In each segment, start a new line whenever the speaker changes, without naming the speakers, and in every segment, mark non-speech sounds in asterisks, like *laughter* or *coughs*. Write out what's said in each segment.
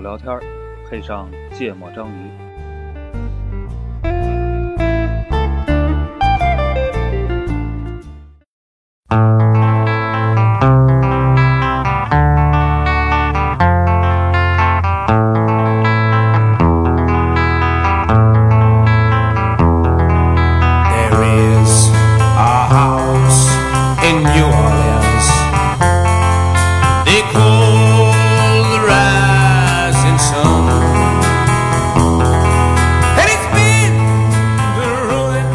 聊天儿，配上芥末章鱼。
There is a house in New Orleans. They call the rising sun. And it's been the ruin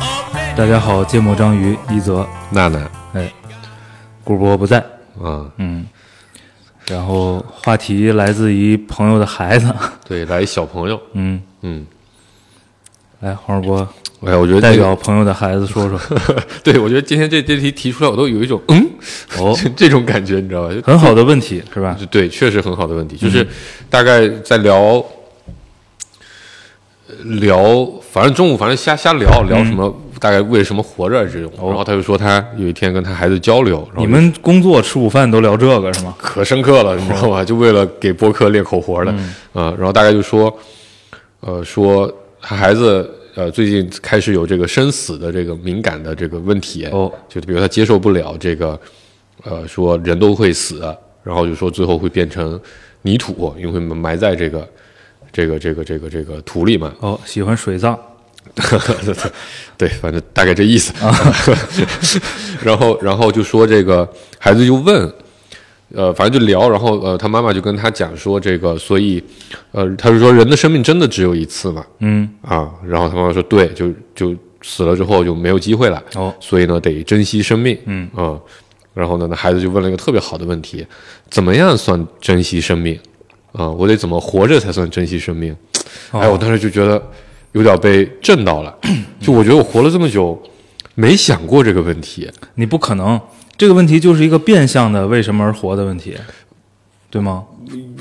of many.
大家好，芥末章鱼一泽，
娜娜
哎，顾博不在，
啊，
嗯然后话题来自于朋友的孩子， *laughs*
对，来一小朋友，
嗯，
嗯，
来黄世波
哎呀，我觉得
代
这
表朋友的孩子说 *laughs* 说，
个， *laughs* 对我觉得今天这这题提出来，我都有一种嗯，
哦，
*laughs* 这这种感觉，你知道吧？就
很好的嗯问 *laughs* 题是吧？
就对，确实很好的问题，就是大概在聊、聊，反正中午反正瞎瞎聊
嗯
聊什么，大概为什么活着这种。
哦
然后他就说他有一天跟他孩子交流，然后
你们工作吃午饭都聊这个是吗？
可深刻了，你知道吧？就为了给播客练口活的，嗯、然后大概就说，呃，说他孩子呃最近开始有这个生死的这个敏感的这个问题，
哦，
就比如他接受不了这个，呃，说人都会死，然后就说最后会变成泥土，因为会埋在这个这个这个这个这个土里嘛，
哦，喜欢水葬，
*laughs* 对，反正大概这意思。 *laughs* 然后，然后就说这个孩子就问，呃，反正就聊，然后呃，他妈妈就跟他讲说这个，所以，呃，他就说人的生命真的只有一次嘛，
嗯，
啊，然后他妈妈说对，就就死了之后就没有机会了，
哦
所以呢得珍惜生命，
嗯
啊，然后呢，那孩子就问了一个特别好的问题，怎么样算珍惜生命？啊，我得怎么活着才算珍惜生命？
哦
哎，我当时就觉得有点被震
*clears throat*
到了，就我觉得我活了这么久，没想过这个问题，
你不可能，这个问题就是一个变相的为什么而活的问题，对吗？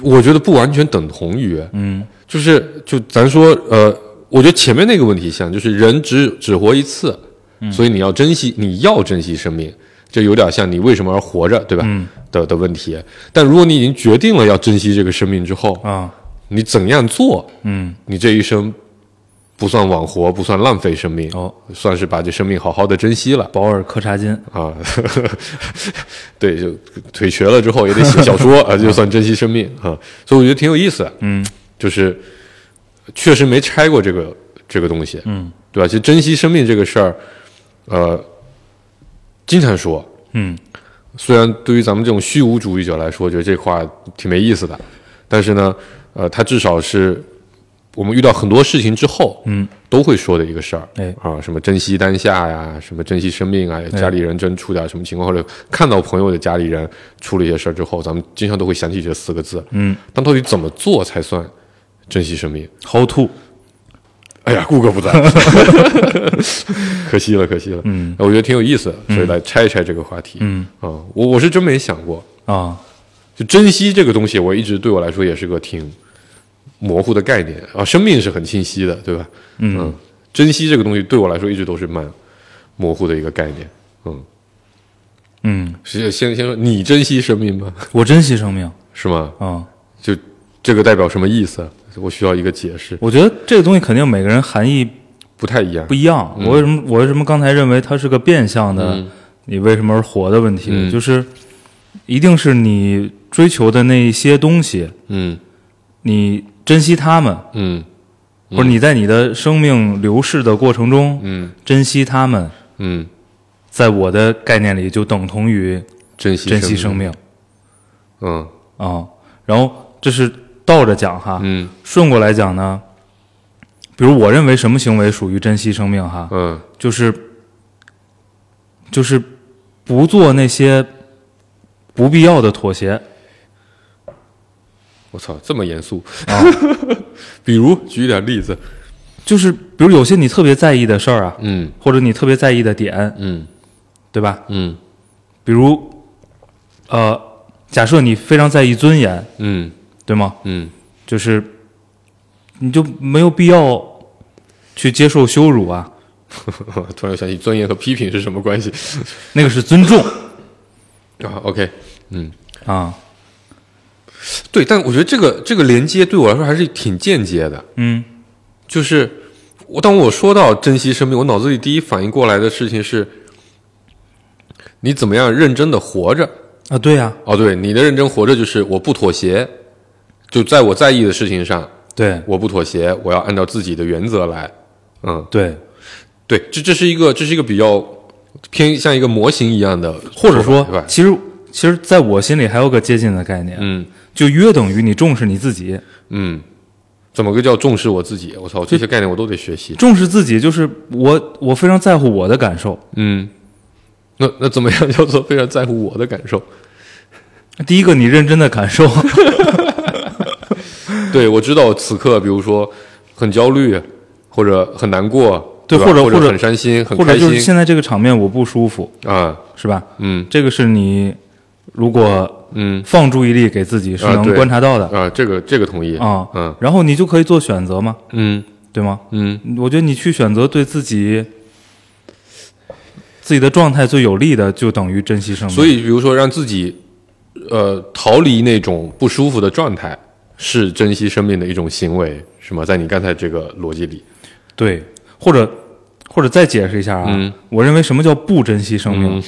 我觉得不完全等同于，
嗯，
就是就咱说，呃，我觉得前面那个问题像，就是人只只活一次，
嗯
所以你要珍惜，你要珍惜生命，这有点像你为什么而活着，对吧？
嗯
的的问题。但如果你已经决定了要珍惜这个生命之后，
啊，
你怎样做，
嗯，
你这一生不算枉活，不算浪费生命，
哦，
算是把这生命好好的珍惜了。
保尔柯察金，
啊， *laughs* 对，就腿瘸了之后也得写小说
*laughs*
啊，就算珍惜生命啊，所以我觉得挺有意思，
嗯，
就是确实没拆过这个这个东西，
嗯，
对吧？其实珍惜生命这个事儿，呃，经常说，
嗯，
虽然对于咱们这种虚无主义者来说，觉得这话挺没意思的，但是呢，呃，它至少是我们遇到很多事情之后，
嗯，
都会说的一个事儿，
哎
啊，什么珍惜当下呀，什么珍惜生命啊，家里人真出点什么情况，或者看到朋友的家里人出了一些事儿之后，咱们经常都会想起这四个字，
嗯
但到底怎么做才算珍惜生命？
，How to，
哎 *laughs* 呀，顾哥不在，可惜了，可惜了，嗯，我觉得挺有意思的，所以来拆一拆这个话题，
嗯
啊，我我是真没想过，
啊，
就珍惜这个东西，我一直对我来说也是个挺模糊的概念啊。生命是很清晰的，对吧？嗯珍惜这个东西对我来说一直都是蛮模糊的一个概念。嗯，
嗯，
先先先说你珍惜生命吗？ *laughs*
我珍惜生命
是吗？
啊。
就这个代表什么意思？啊我需要一个解释，
我觉得这个东西肯定每个人含义
不太一样
不。一样。
嗯
我为什么我为什么刚才认为它是个变相的、你为什么而活的问题？
嗯
就是一定是你追求的那些东西，
嗯
你珍惜它们，
嗯
或者你在你的生命流逝的过程中、
嗯
珍惜它们，
嗯，
在我的概念里就等同于
珍惜
珍惜
生
生命
嗯
啊、然后这是倒着讲哈，
嗯
顺过来讲呢，比如我认为什么行为属于珍惜生命哈，
嗯
就是就是不做那些不必要的妥协。
我操，这么严肃啊！ *laughs* 比如举一点例子，
就是比如有些你特别在意的事儿啊，
嗯
或者你特别在意的点，
嗯
对吧？
嗯
比如，呃，假设你非常在意尊严，
嗯
对吗？
嗯
就是你就没有必要去接受羞辱啊，
突然又想起尊严和批评是什么关系
那个是尊重
啊？OK，嗯，
啊。
对，但我觉得这个这个连接对我来说还是挺间接的。
嗯
就是我当我说到珍惜生命，我脑子里第一反应过来的事情是，你怎么样认真的活着？
啊，对呀、
哦，对，你的认真活着就是我不妥协，就在我在意的事情上，
对
我不妥协，我要按照自己的原则来。嗯，
对，
对，这这是一个这是一个比较偏像一个模型一样的说法，
或者说
对吧，
其实其实在我心里还有个接近的概念，
嗯
就约等于你重视你自己，
嗯，怎么个叫重视我自己？我操，这
*laughs*
些概念我都得学习。
重视自己就是我我非常在乎我的感受。
嗯，那那怎么样叫做非常在乎我的感受？
第一个，你认真的感受，
对，我知道我此刻，比如说很焦虑，或者很难过，
对
吧
或
或
者或者
很伤心，很
或者
开
就是
心
现在这个场面我不舒服，
啊，
是吧？
嗯
这个是你如果
嗯
放注意力给自己是
啊
能
对
观察到的
啊，这个这个同意
啊，
嗯
然后你就可以做选择嘛，
嗯
对吗？
嗯
我觉得你去选择对自己自己的状态最有利的，就等于珍惜生命。
所以比如说让自己呃逃离那种不舒服的状态，是珍惜生命的一种行为，是吗？在你刚才这个逻辑里，
对，或者或者再解释一下啊，
嗯
我认为什么叫不珍惜生命？
嗯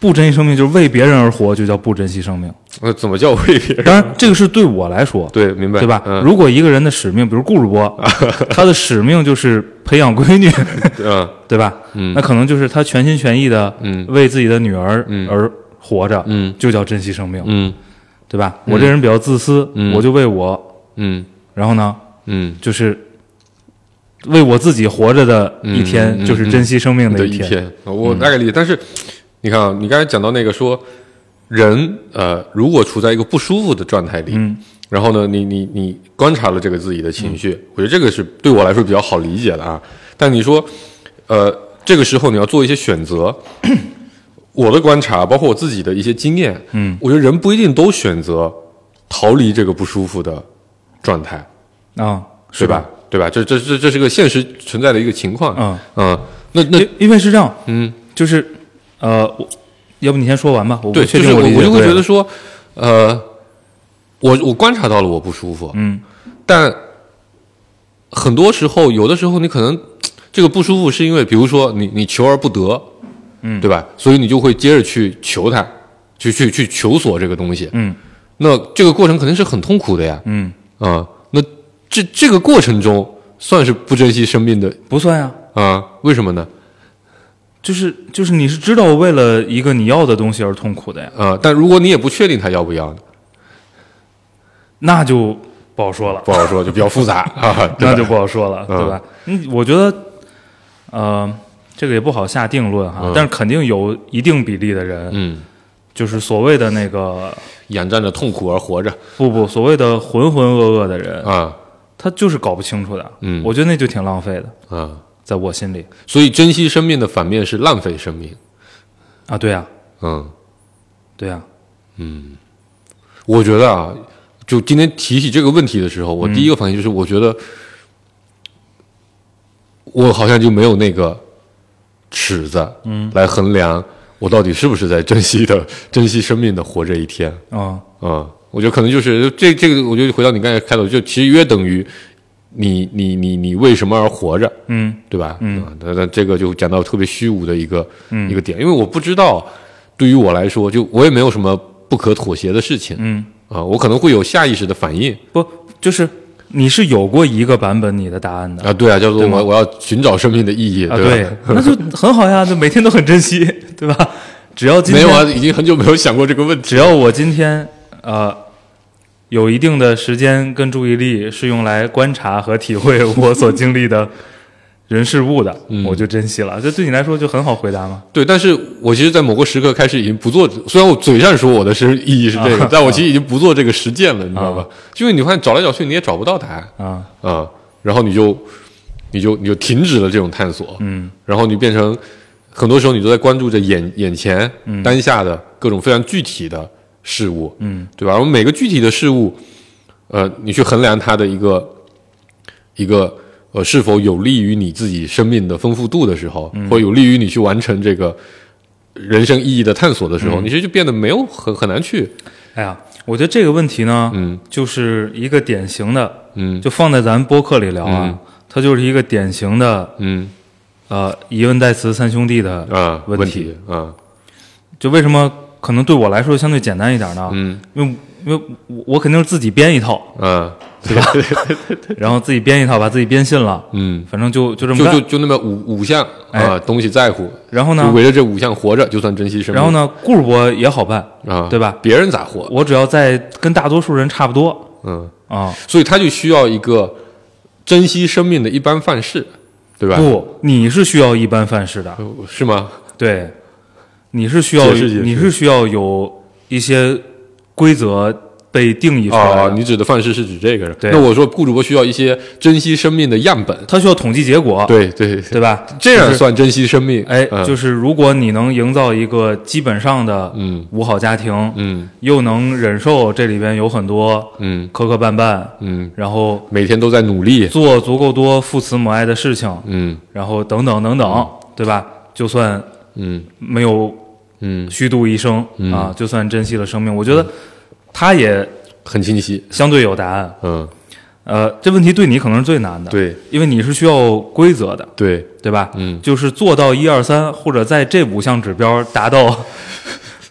不珍惜生命就是为别人而活，就叫不珍惜生命。
那怎么叫为别人？
当然，这个是对我来说，
对，明白，
对吧？
嗯
如果一个人的使命，比如顾主
*laughs*
播，他的使命就是培养闺女，
嗯
*laughs* 对吧？
嗯
那可能就是他全心全意的
嗯
为自己的女儿
嗯
而活着，
嗯
就叫珍惜生命，
嗯
对吧？我这人比较自私，
嗯
我就为我，
嗯
然后呢，
嗯
就是为我自己活着的一天，
嗯嗯
就是珍惜生命
的
一
一天，我大概理解。但是你看啊，你刚才讲到那个说，人呃，如果处在一个不舒服的状态里，
嗯
然后呢，你你你观察了这个自己的情绪，
嗯
我觉得这个是对我来说比较好理解的啊。但你说，呃，这个时候你要做一些选
*coughs*
择。我的观察，包括我自己的一些经验，
嗯，
我觉得人不一定都选择逃离这个不舒服的状态，
啊，是
对吧？？对吧？这这这这是个现实存在的一个情况，
嗯
嗯，那那
因因为是这样，
嗯，
就是呃，我要不你先说完吧，我不
对，
确
就是
定
我
理解
就会
对
觉得
了
说，呃，我我观察到了我不舒服，
嗯，
但很多时候，有的时候你可能这个不舒服是因为，比如说你你求而不得，嗯，对吧？所以你就会接着去求它，去去去求索这个东西，
嗯
那这个过程肯定是很痛苦的呀，
嗯，
啊、那这这个过程中算是不珍惜生命的
不算呀，
啊、为什么呢？
就是就是你是知道为了一个你要的东西而痛苦的呀，
啊、但如果你也不确定他要不要呢，
那就不好说了，
不好说，就比较复杂 *laughs* 啊，对
那
吧
就不好说了，对吧？嗯，我觉得，呃，这个也不好下定论哈，但是肯定有一定比例的人，
嗯，
就是所谓的那个
仰仗着痛苦而活着
不不所谓的浑浑噩噩的人，
啊
他就是搞不清楚的，
嗯
我觉得那就挺浪费的，
啊！
在我心里
所以珍惜生命的反面是浪费生命。
啊，对呀、
嗯，
对啊呀、
我觉得啊，就今天提起这个问题的时候，我第一个反应就是，我觉得我好像就没有那个尺子，嗯，来衡量我到底是不是在珍惜的 *laughs* 珍惜生命的活这一天。
嗯，
啊，我觉得可能就是这这个，我就回到你刚才开头，就其实约等于你你你你为什么而活着，
嗯，
对吧？嗯，那那这个就讲到特别虚无的一个、一个点，因为我不知道，对于我来说，就我也没有什么不可妥协的事情，
嗯，
啊，我可能会有下意识的反应
不，就是你是有过一个版本你的答案的
啊，对啊，叫做我我要寻找生命的意义，
啊，
吧？
对，
*laughs*
那就很好呀，就每天都很珍惜， *laughs* 对吧？只要今
没
天
有啊，已经很久没有想过这个问
只
题。
要我今天呃有一定的时间跟注意力是用来观察和体会我所经历的人事物的，
嗯
我就珍惜了。这对你来说就很好回答嘛？
对，但是我其实，在某个时刻开始已经不做，虽然我嘴上说我的是意义是这个，
*laughs*
但我其实已经不做这个实践了，你知道吧？因为你发现找来找去你也找不到答案啊、
啊，
然后你就你就你就停止了这种探索，
嗯，
然后你变成很多时候你都在关注着眼眼前、当下的各种非常具体的事物，
嗯，
对吧？我们每个具体的事物，呃，你去衡量它的一个一个呃是否有利于你自己生命的丰富度的时候，
嗯
或者有利于你去完成这
嗯
个人生意义的探索的时候，你其实就变得没有很很难去
哎呀，我觉得这个问题呢，
嗯
就是一个典型的，
嗯
就放在咱播客里聊啊，
嗯
它就是一个典型的
嗯
呃一问代词三兄弟的
啊，
问
问
题
啊，
就为什么可能对我来说相对简单一点呢？
嗯
因为因为我我肯定是自己编一套， *laughs*
啊，对吧？
然后自己编一套把自己编信了，
嗯，
反正就就这么
就
干。
就就那么五五项啊
哎
东西在乎，
然后
就
呢，
围着这五项活着，就算珍惜生命。
然后呢，故事我也好办，
啊，
对吧
别人咋活？
我只要在跟大多数人差不多
嗯，
啊。
所以他就需要一个珍惜生命的一般范式，对吧？
不，你是需要一般范式的，
不，是吗？
对，你是需要
解释解释
你是需要有一些规则被定义出来的，
哦，你指的范式是指这个是吧？
对
那我说顾主播需要一些珍惜生命的样本，
它需要统计结果，
对对，
对吧？
这
就
样
是
算珍惜生命。
哎，
嗯
就是如果你能营造一个基本上的
嗯
五好家庭，
嗯
又能忍受这里边有很多
嗯
磕磕绊绊，
嗯，
然后
每天都在努力，
做足够多父慈母爱的事情，
嗯
然后等等等等，对吧？就算
嗯
没有
嗯，
虚度一生
嗯
啊，就算珍惜了生命，我觉得他也
很清晰。
相对有答案。
嗯，
呃，这问题对你可能是最难的，，
对
因为你是需要规则的，
对，
对吧？
嗯
就是做到一二三，或者在这五项指标达到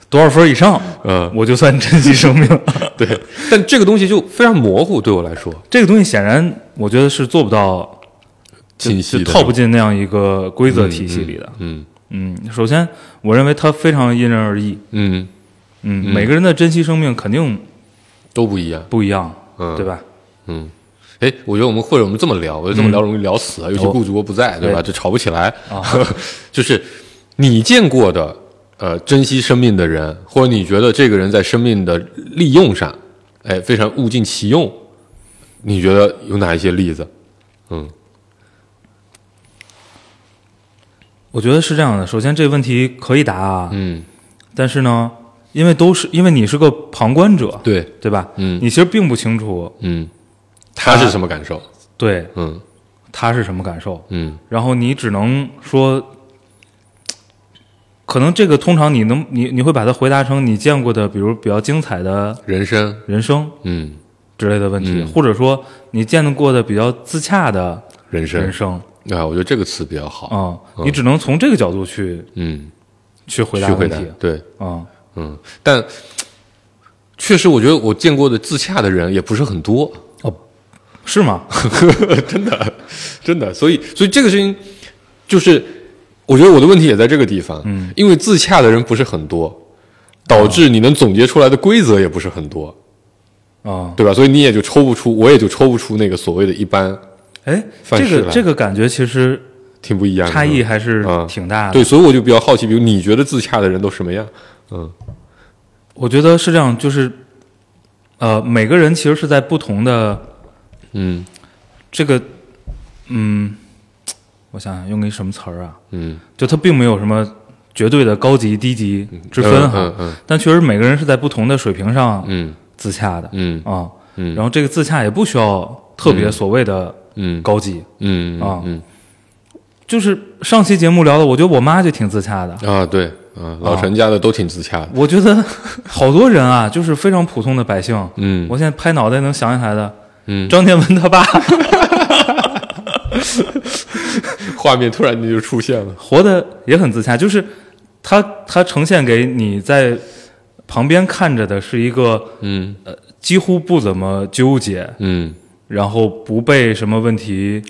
多少分以上，
嗯
我就算珍惜生命。
*laughs* 对，但这个东西就非常模糊，对我来说，
这个东西显然我觉得是做不到，就
清晰
就
的
套不进那样一个规则体系里的。
嗯
嗯首先我认为它非常因人而异，
嗯，
嗯，每个人的珍惜生命肯定
都不一样。
不一样，
嗯
对吧？
嗯，哎，我觉得我们或者我们这么聊，我觉得这么聊容易聊死啊，尤其顾主播不在，对吧？
哎
这吵不起来
嗯啊。
*laughs* 就是你见过的，呃，珍惜生命的人，或者你觉得这个人在生命的利用上，哎，非常物尽其用，你觉得有哪一些例子？嗯
我觉得是这样的。首先，这个问题可以答啊，
嗯，
但是呢，因为都是因为你是个旁观者，
对，
对吧？
嗯
你其实并不清楚
嗯，他是什么感受？
对
嗯
他是什么感受，
嗯
然后你只能说，可能这个通常你能你你会把它回答成你见过的，比如比较精彩的
人生，
人生
嗯，
之类的问题，
嗯
或者说你见过的比较自洽的
人生
人生
啊，我觉得这个词比较好。
啊、你只能从这个角度去
嗯，
去回答
去回
问
答
题
对。
啊、
嗯，但确实，我觉得我见过的自洽的人也不是很多，
是吗？
*laughs* 真的，真的。所以，所以这个事情就是，我觉得我的问题也在这个地方，嗯，因为自洽的人不是很多，导致你能总结出来的规则也不是很多，
啊、
对吧？所以你也就抽不出，我也就抽不出那个所谓的一般，
哎，
范
这
式
个
来
这个感觉其实
挺不一样的
差异。还是
啊
挺大的。
对，所以我就比较好奇，比如你觉得自洽的人都什么样？嗯
我觉得是这样，就是呃，每个人其实是在不同的
嗯
这个，嗯，我想想用个什么词儿啊？
嗯，
就它并没有什么绝对的高级低级之分哈，
嗯嗯
但确实每个人是在不同的水平上
嗯
自洽的啊、
嗯嗯
然后这个自洽也不需要特别所谓的
嗯
高级，
嗯
啊
嗯
就是上期节目聊的，我觉得我妈就挺自洽的。
啊，对啊，老陈家的都挺自洽的。
我觉得 *laughs* 好多人啊，就是非常普通的百姓。
嗯
我现在拍脑袋能想起来的，
嗯，
张天文他爸
画面突然间就出现了。
活得也很自洽，就是他他呈现给你在旁边看着的是一个呃
嗯
几乎不怎么纠结，
嗯，
然后不被什么问题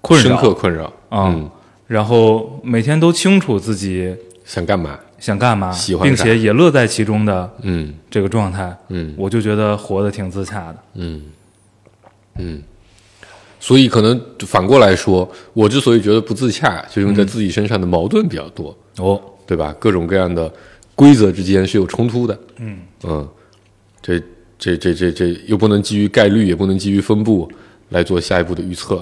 困
深
扰
刻困扰。
啊、
嗯
然后每天都清楚自己
想干嘛？
想干嘛
喜，欢
并
啥
且也乐在其中的
嗯
这个状态，
嗯
我就觉得活得挺自洽的。
嗯嗯，所以可能反过来说，我之所以觉得不自洽，就是因为在自己身上的矛盾比较多，
哦，
对吧？各种各样的规则之间是有冲突的。
嗯
嗯，这这这这这又不能基于概率，也不能基于分布来做下一步的
*coughs*
预测。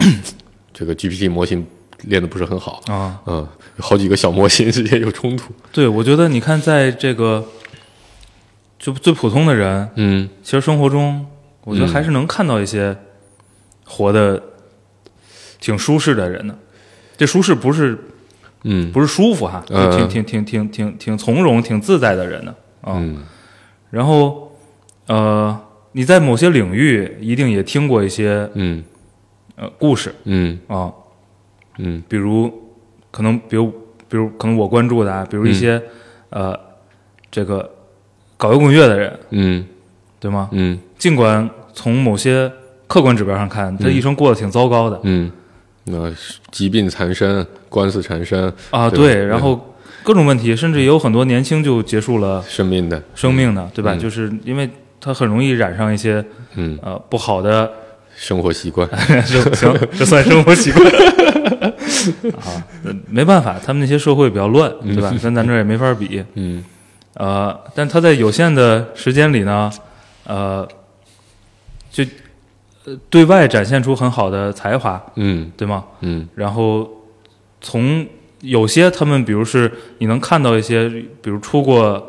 这个 GPT 模型练的不是很好。
啊，
嗯，有好几个小模型之间有冲突。
对，我觉得你看，在这个就最普通的人，
嗯
其实生活中，我觉得还是能看到一些活得挺舒适的人的。这舒适不是
嗯，
不是舒服哈，
嗯
挺挺挺挺挺挺从容、挺自在的人呢啊。
嗯
然后呃，你在某些领域一定也听过一些
嗯
呃故事
嗯
啊、
嗯
比如可能比如比如可能我关注的啊，比如一些、呃这个搞摇滚乐的人，
嗯
对吗？
嗯
尽管从某些客观指标上看，他一生过得挺糟糕的
嗯，那疾病缠身，官司缠身
啊，
对吧
对，然后各种问题，甚至也有很多年轻就结束了
生命的，
生命的，对吧？
嗯
就是因为他很容易染上一些
嗯，
呃不好的，
*laughs* 生活习惯，
哎就行，这算生活习惯
*laughs*
啊，呃没办法，他们那些社会比较乱，对吧？跟咱这儿也没法比，
嗯
呃，但他在有限的时间里呢，呃，就呃对外展现出很好的才华，
嗯
对吗？
嗯
然后从有些他们，比如是你能看到一些，比如出过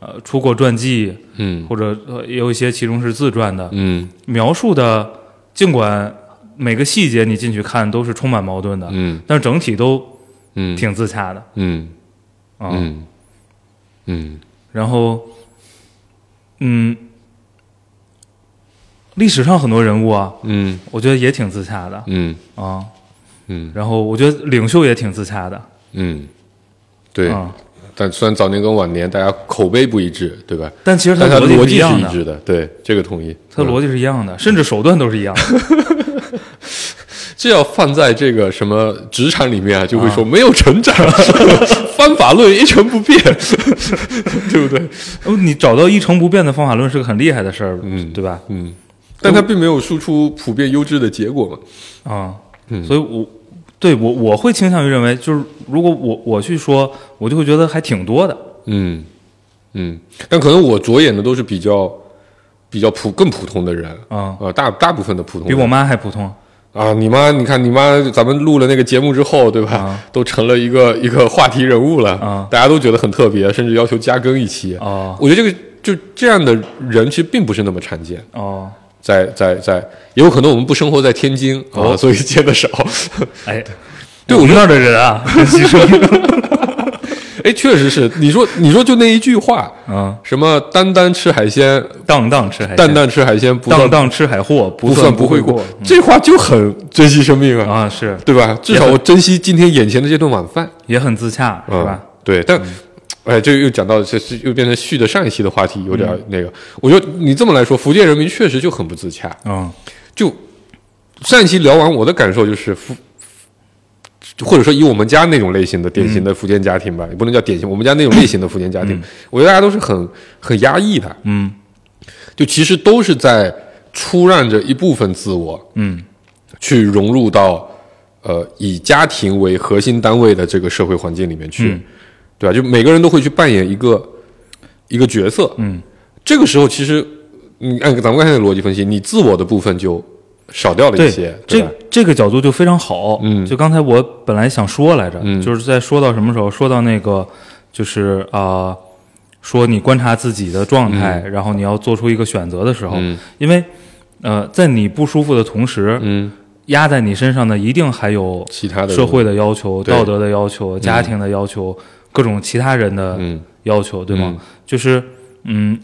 呃出过传记，
嗯
或者呃也有一些其中是自传的，
嗯
描述的尽管每个细节你进去看都是充满矛盾的，
嗯
但是整体都
嗯，
挺自洽的
嗯
啊。
嗯嗯
然后，嗯，历史上很多人物啊，
嗯
我觉得也挺自洽的
嗯
啊。
嗯
然后我觉得领袖也挺自洽的
嗯，对。
啊，
但虽然早年跟晚年大家口碑不一致，对吧？
但其实他
但它
逻
逻
是一
辑
样
是
的
一。致的，对这个同意。嗯
它逻辑是一样的，甚至手段都是一样
*laughs*
的。
这要放在这个什么职场里面啊，就会说没有成长， *laughs* 方法论一成不变， *laughs* 对不对？
哦，你找到一成不变的方法论是个很厉害的事儿，嗯对吧？
嗯，但他并没有输出普遍优质的结果嘛。
啊、
嗯
所以我对我我会倾向于认为，就是如果我我去说，我就会觉得还挺多的。
嗯嗯，但可能我着眼的都是比较比较普更普通的人
啊
呃，大大部分的普通
比
人
我妈还普通，
啊，你妈，你看你妈，咱们录了那个节目之后，对吧？
啊
都成了一个一个话题人物了，
啊
大家都觉得很特别，甚至要求加更一期。
哦
我觉得这个就这样的人其实并不是那么常见，
哦，
在在在，也有可能我们不生活在天津啊，
哦
所以见的少。
哎，
对
我们那儿的人
*laughs*
啊，很牺牲
哎，确实是，你说你说就那一句话，
啊，
什么丹丹吃海鲜，
当当吃海鲜，
蛋蛋吃海鲜，不算
当当吃海货，
不
不算
不
会
过，这话就很珍惜生命啊，
啊，是
对吧？至少我珍惜今天眼前的这顿晚饭。
也很自洽，是吧？
嗯、对，但。哎，这又讲到这是又变成续的上一期的话题，有点那个。我觉得你这么来说，福建人民确实就很不自洽。
嗯
就上一期聊完，我的感受就是福，或者说以我们家那种类型的典
嗯
型的福建家庭吧，也不能叫典型，我们家那种类型的福建家庭，我觉得大家都是很很压抑的，
嗯
就其实都是在出让着一部分自我，
嗯
去融入到呃以家庭为核心单位的这个社会环境里面去，
嗯
对吧？就每个人都会去扮演一个一个角色。
嗯，
这个时候其实你按咱们刚才的逻辑分析，你自我的部分就少掉了一些，对
这
吧？
这个角度就非常好。
嗯
就刚才我本来想说来着，
嗯
就是在说到什么时候，说到那个就是啊、呃说你观察自己的状态，然后你要做出一个选择的时候，
嗯
因为呃，在你不舒服的同时，
嗯，
压在你身上的一定还有
其他的
社会的要求、
对
道德的要求、家庭的要求、各种其他人的
嗯
要求，对吗？
嗯
就是嗯，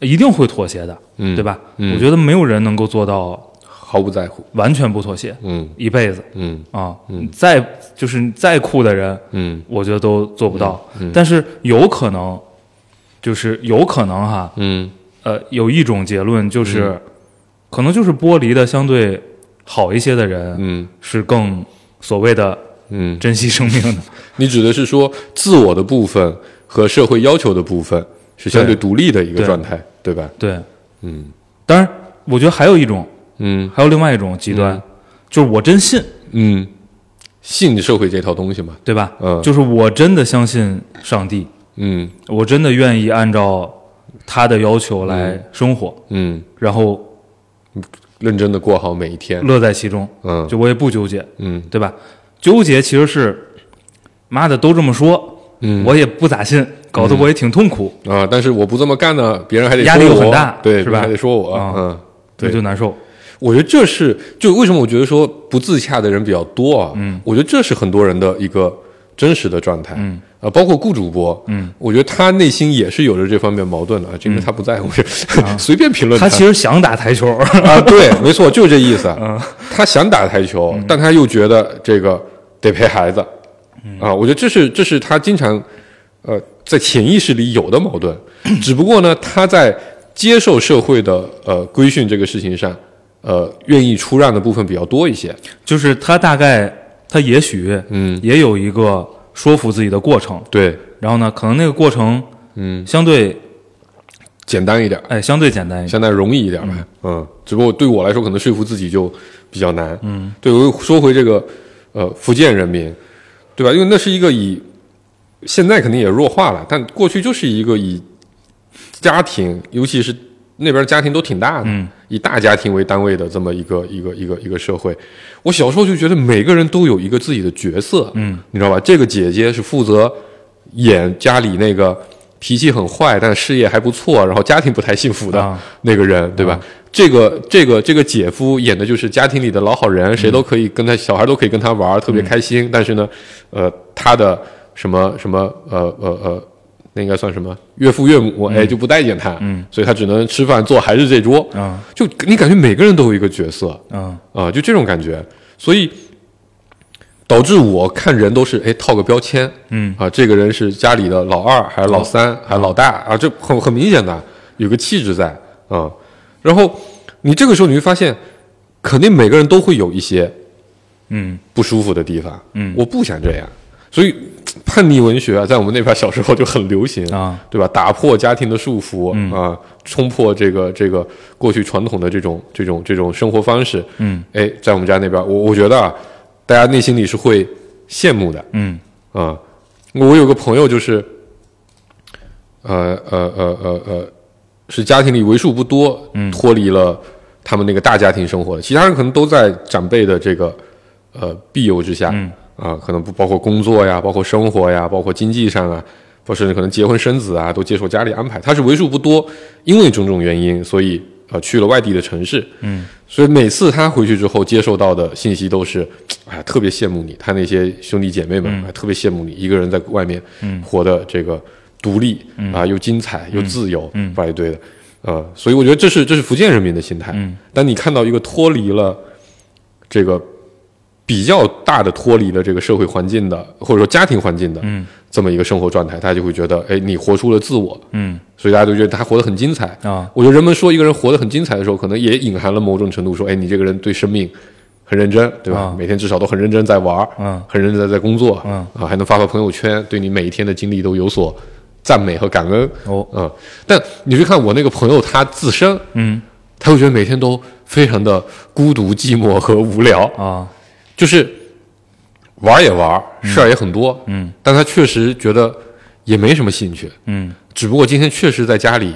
一定会妥协的，
嗯
对吧？
嗯
我觉得没有人能够做到
毫不在乎，
完全不妥协。
嗯
一辈子
嗯
啊，再就是你再酷的人，
嗯
我觉得都做不到。但是有可能，就是有可能哈，
嗯
呃，有一种结论就是，可能就是剥离的相对好一些的人，
嗯
是更所谓的
嗯，
珍惜生命
*laughs*
的。
你指的是说自我的部分和社会要求的部分是相对
对
独立的一个
对
状态，对吧？
对，
嗯
当然，我觉得还有一种，
嗯
还有另外一种极端，就是我真信，
嗯，信社会这套东西嘛，
对吧？
嗯
就是我真的相信上帝，
嗯
我真的愿意按照他的要求来生活，
嗯，
然后
认真的过好每一天。
乐在其中，
嗯
就我也不纠结，
嗯
对吧？纠结其实是，妈的都这么说，
嗯
我也不咋信，搞得我也挺痛苦，
啊，但是我不这么干呢，别人还得
压力
说
又很
我
大
对，
是吧
别人还得说我。
啊
嗯，
这
对
就难受。
我觉得这是就为什么我觉得说不自洽的人比较多啊。嗯，我觉得这是很多人的一个真实的状态。
嗯，
啊，包括顾主播，
嗯，
我觉得他内心也是有着这方面矛盾的啊。这个他不在乎， *laughs* 随便评
啊
论
他其实想打台球， *laughs*
*laughs* 啊，对，没错，就是这意思。他想打台球，但他又觉得这个得陪孩子，啊，我觉得这是这是他经常呃在潜意识里有的矛盾，只不过呢，他在接受社会的呃规训这个事情上，呃，愿意出让的部分比较多一些。
就是他大概他也许
嗯，
也有一个说服自己的过程，
对，
然后呢，可能那个过程
嗯，
相对
简单一点，
哎相对简单一些，
相对容易一点吧。嗯，只不过对我来说，可能说服自己就比较难。嗯，对，我又说回这个呃福建人民，对吧？因为那是一个以现在肯定也弱化了，但过去就是一个以家庭，尤其是那边家庭都挺大的，
嗯
以大家庭为单位的这么一个一个一个一个社会。我小时候就觉得每个人都有一个自己的角色，
嗯，
你知道吧？这个姐姐是负责演家里那个脾气很坏，但事业还不错，然后家庭不太幸福的。
啊
那个人，对吧？这个这个这个姐夫演的就是家庭里的老好人，谁都可以跟他小孩都可以跟他玩儿，特别开心。但是呢，呃，他的什么什么呃呃呃，那应该算什么岳父岳母哎就不待见他，
嗯，
所以他只能吃饭做还是这桌，
啊
就你感觉每个人都有一个角色
啊
啊、就这种感觉，所以导致我看人都是哎套个标签，
嗯
啊，这个人是家里的老二还是老三、还是老大啊？这很很明显的有个气质在啊。然后你这个时候你会发现，肯定每个人都会有一些
嗯
不舒服的地方。
嗯
我不想这样，所以叛逆文学啊，在我们那边小时候就很流行
啊，
对吧？打破家庭的束缚
嗯
啊，冲破这个这个过去传统的这种这种这种生活方式。
嗯
哎，在我们家那边，我我觉得啊，大家内心里是会羡慕的。
嗯
啊、我有个朋友就是，呃呃呃呃呃，是家庭里为数不多
嗯
脱离了他们那个大家庭生活的，其他人可能都在长辈的这个呃庇佑之下，
嗯
啊、可能不包括工作呀，包括生活呀，包括经济上啊，或甚至可能结婚生子啊，都接受家里安排。他是为数不多，因为种种原因，所以呃去了外地的城市，
嗯，
所以每次他回去之后接受到的信息都是，哎呀，特别羡慕你，他那些兄弟姐妹们，哎，特别羡慕你一个人在外面，
嗯
活的这个独立啊，又精彩又自由，
嗯
把一堆的。啊，所以我觉得这是这是福建人民的心态。
嗯，
当你看到一个脱离了这个比较大的脱离了这个社会环境的，或者说家庭环境的，
嗯，
这么一个生活状态，他就会觉得，哎，你活出了自我，
嗯
所以大家都觉得他活得很精彩。
啊
我觉得人们说一个人活得很精彩的时候，可能也隐含了某种程度说，哎，你这个人对生命很认真，对吧？
啊
每天至少都很认真在玩儿，
嗯
很认真地在工作，
嗯
啊，还能发发朋友圈，对你每一天的经历都有所赞美和感恩，
哦
嗯。但你去看我那个朋友，他自身，
嗯
他会觉得每天都非常的孤独、寂寞和无聊，
啊
就是玩儿也玩儿，事儿也很多，
嗯
但他确实觉得也没什么兴趣，
嗯
只不过今天确实在家里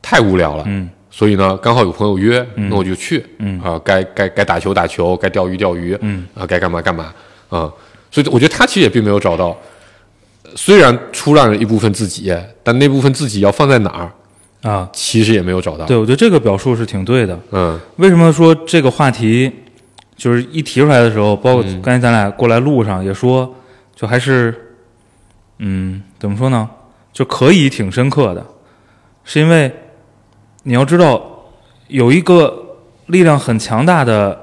太无聊了，
嗯
所以呢，刚好有朋友约，那我就去，
嗯
啊、该该该打球打球，该钓鱼钓鱼，
嗯
啊、该干嘛干嘛，啊、所以我觉得他其实也并没有找到，虽然出让了一部分自己，但那部分自己要放在哪儿，嗯
啊，
其实也没有找到，
对，我觉得这个表述是挺对的。
嗯
为什么说这个话题就是一提出来的时候，包括刚才咱俩过来路上也说，就还是嗯，怎么说呢？就可以挺深刻的，是因为你要知道有一个力量很强大的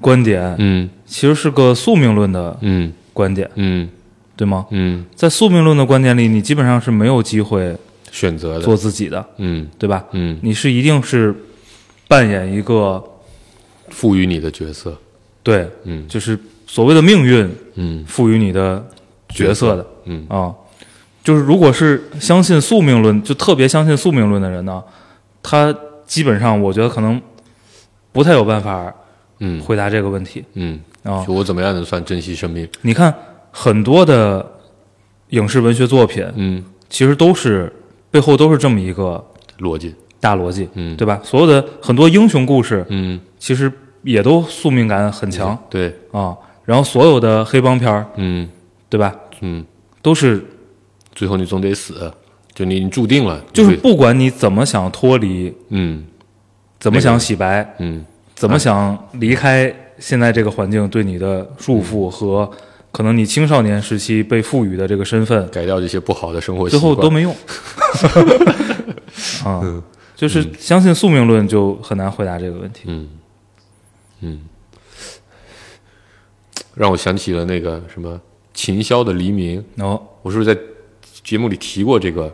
观点，
嗯
其实是个宿命论的
嗯
观点，
嗯
对吗？
嗯，
在宿命论的观点里，你基本上是没有机会
选择的，
做自己的，
嗯
对吧？
嗯，
你是一定是扮演一个
赋予你的角色，
对
嗯
就是所谓的命运
嗯
赋予你的角色的
嗯
啊、就是如果是相信宿命论，就特别相信宿命论的人呢，他基本上我觉得可能不太有办法
嗯
回答这个问题
嗯，
啊、
就我怎么样能算珍惜生命？
你看很多的影视文学作品，
嗯，
其实都是背后都是这么一个
逻辑，
大逻辑，
嗯
对吧？所有的很多英雄故事
嗯，
其实也都宿命感很强啊、
对，
然后所有的黑帮片儿，
嗯
对吧？
嗯，
都是
最后你总得死，就你你注定了，你
就是
会
不管你怎么想脱离，
嗯
怎么想洗白，
嗯
怎么想离开现在这个环境对你的束缚和可能你青少年时期被赋予的这个身份，
改掉这些不好的生活习
最
惯，
后都
*laughs*
没用。啊，
嗯
就是相信宿命论就很难回答这个问题。
嗯，嗯，让我想起了那个什么秦霄的《黎明》，
然后
我是不是在节目里提过这个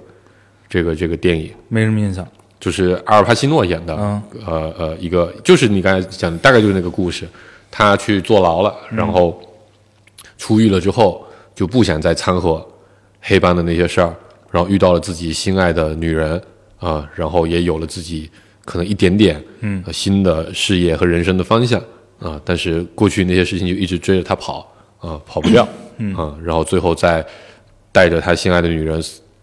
这个这个电影？
没什么印象。
就是阿尔帕西诺演的，
嗯
呃呃，一个就是你刚才讲的，大概就是那个故事，他去坐牢了，然
嗯
后出狱了之后就不想再掺和黑帮的那些事儿，然后遇到了自己心爱的女人啊、然后也有了自己可能一点点
嗯
呃新的事业和人生的方向啊、但是过去那些事情就一直追着他跑啊、跑不掉，嗯、然后最后在带着他心爱的女人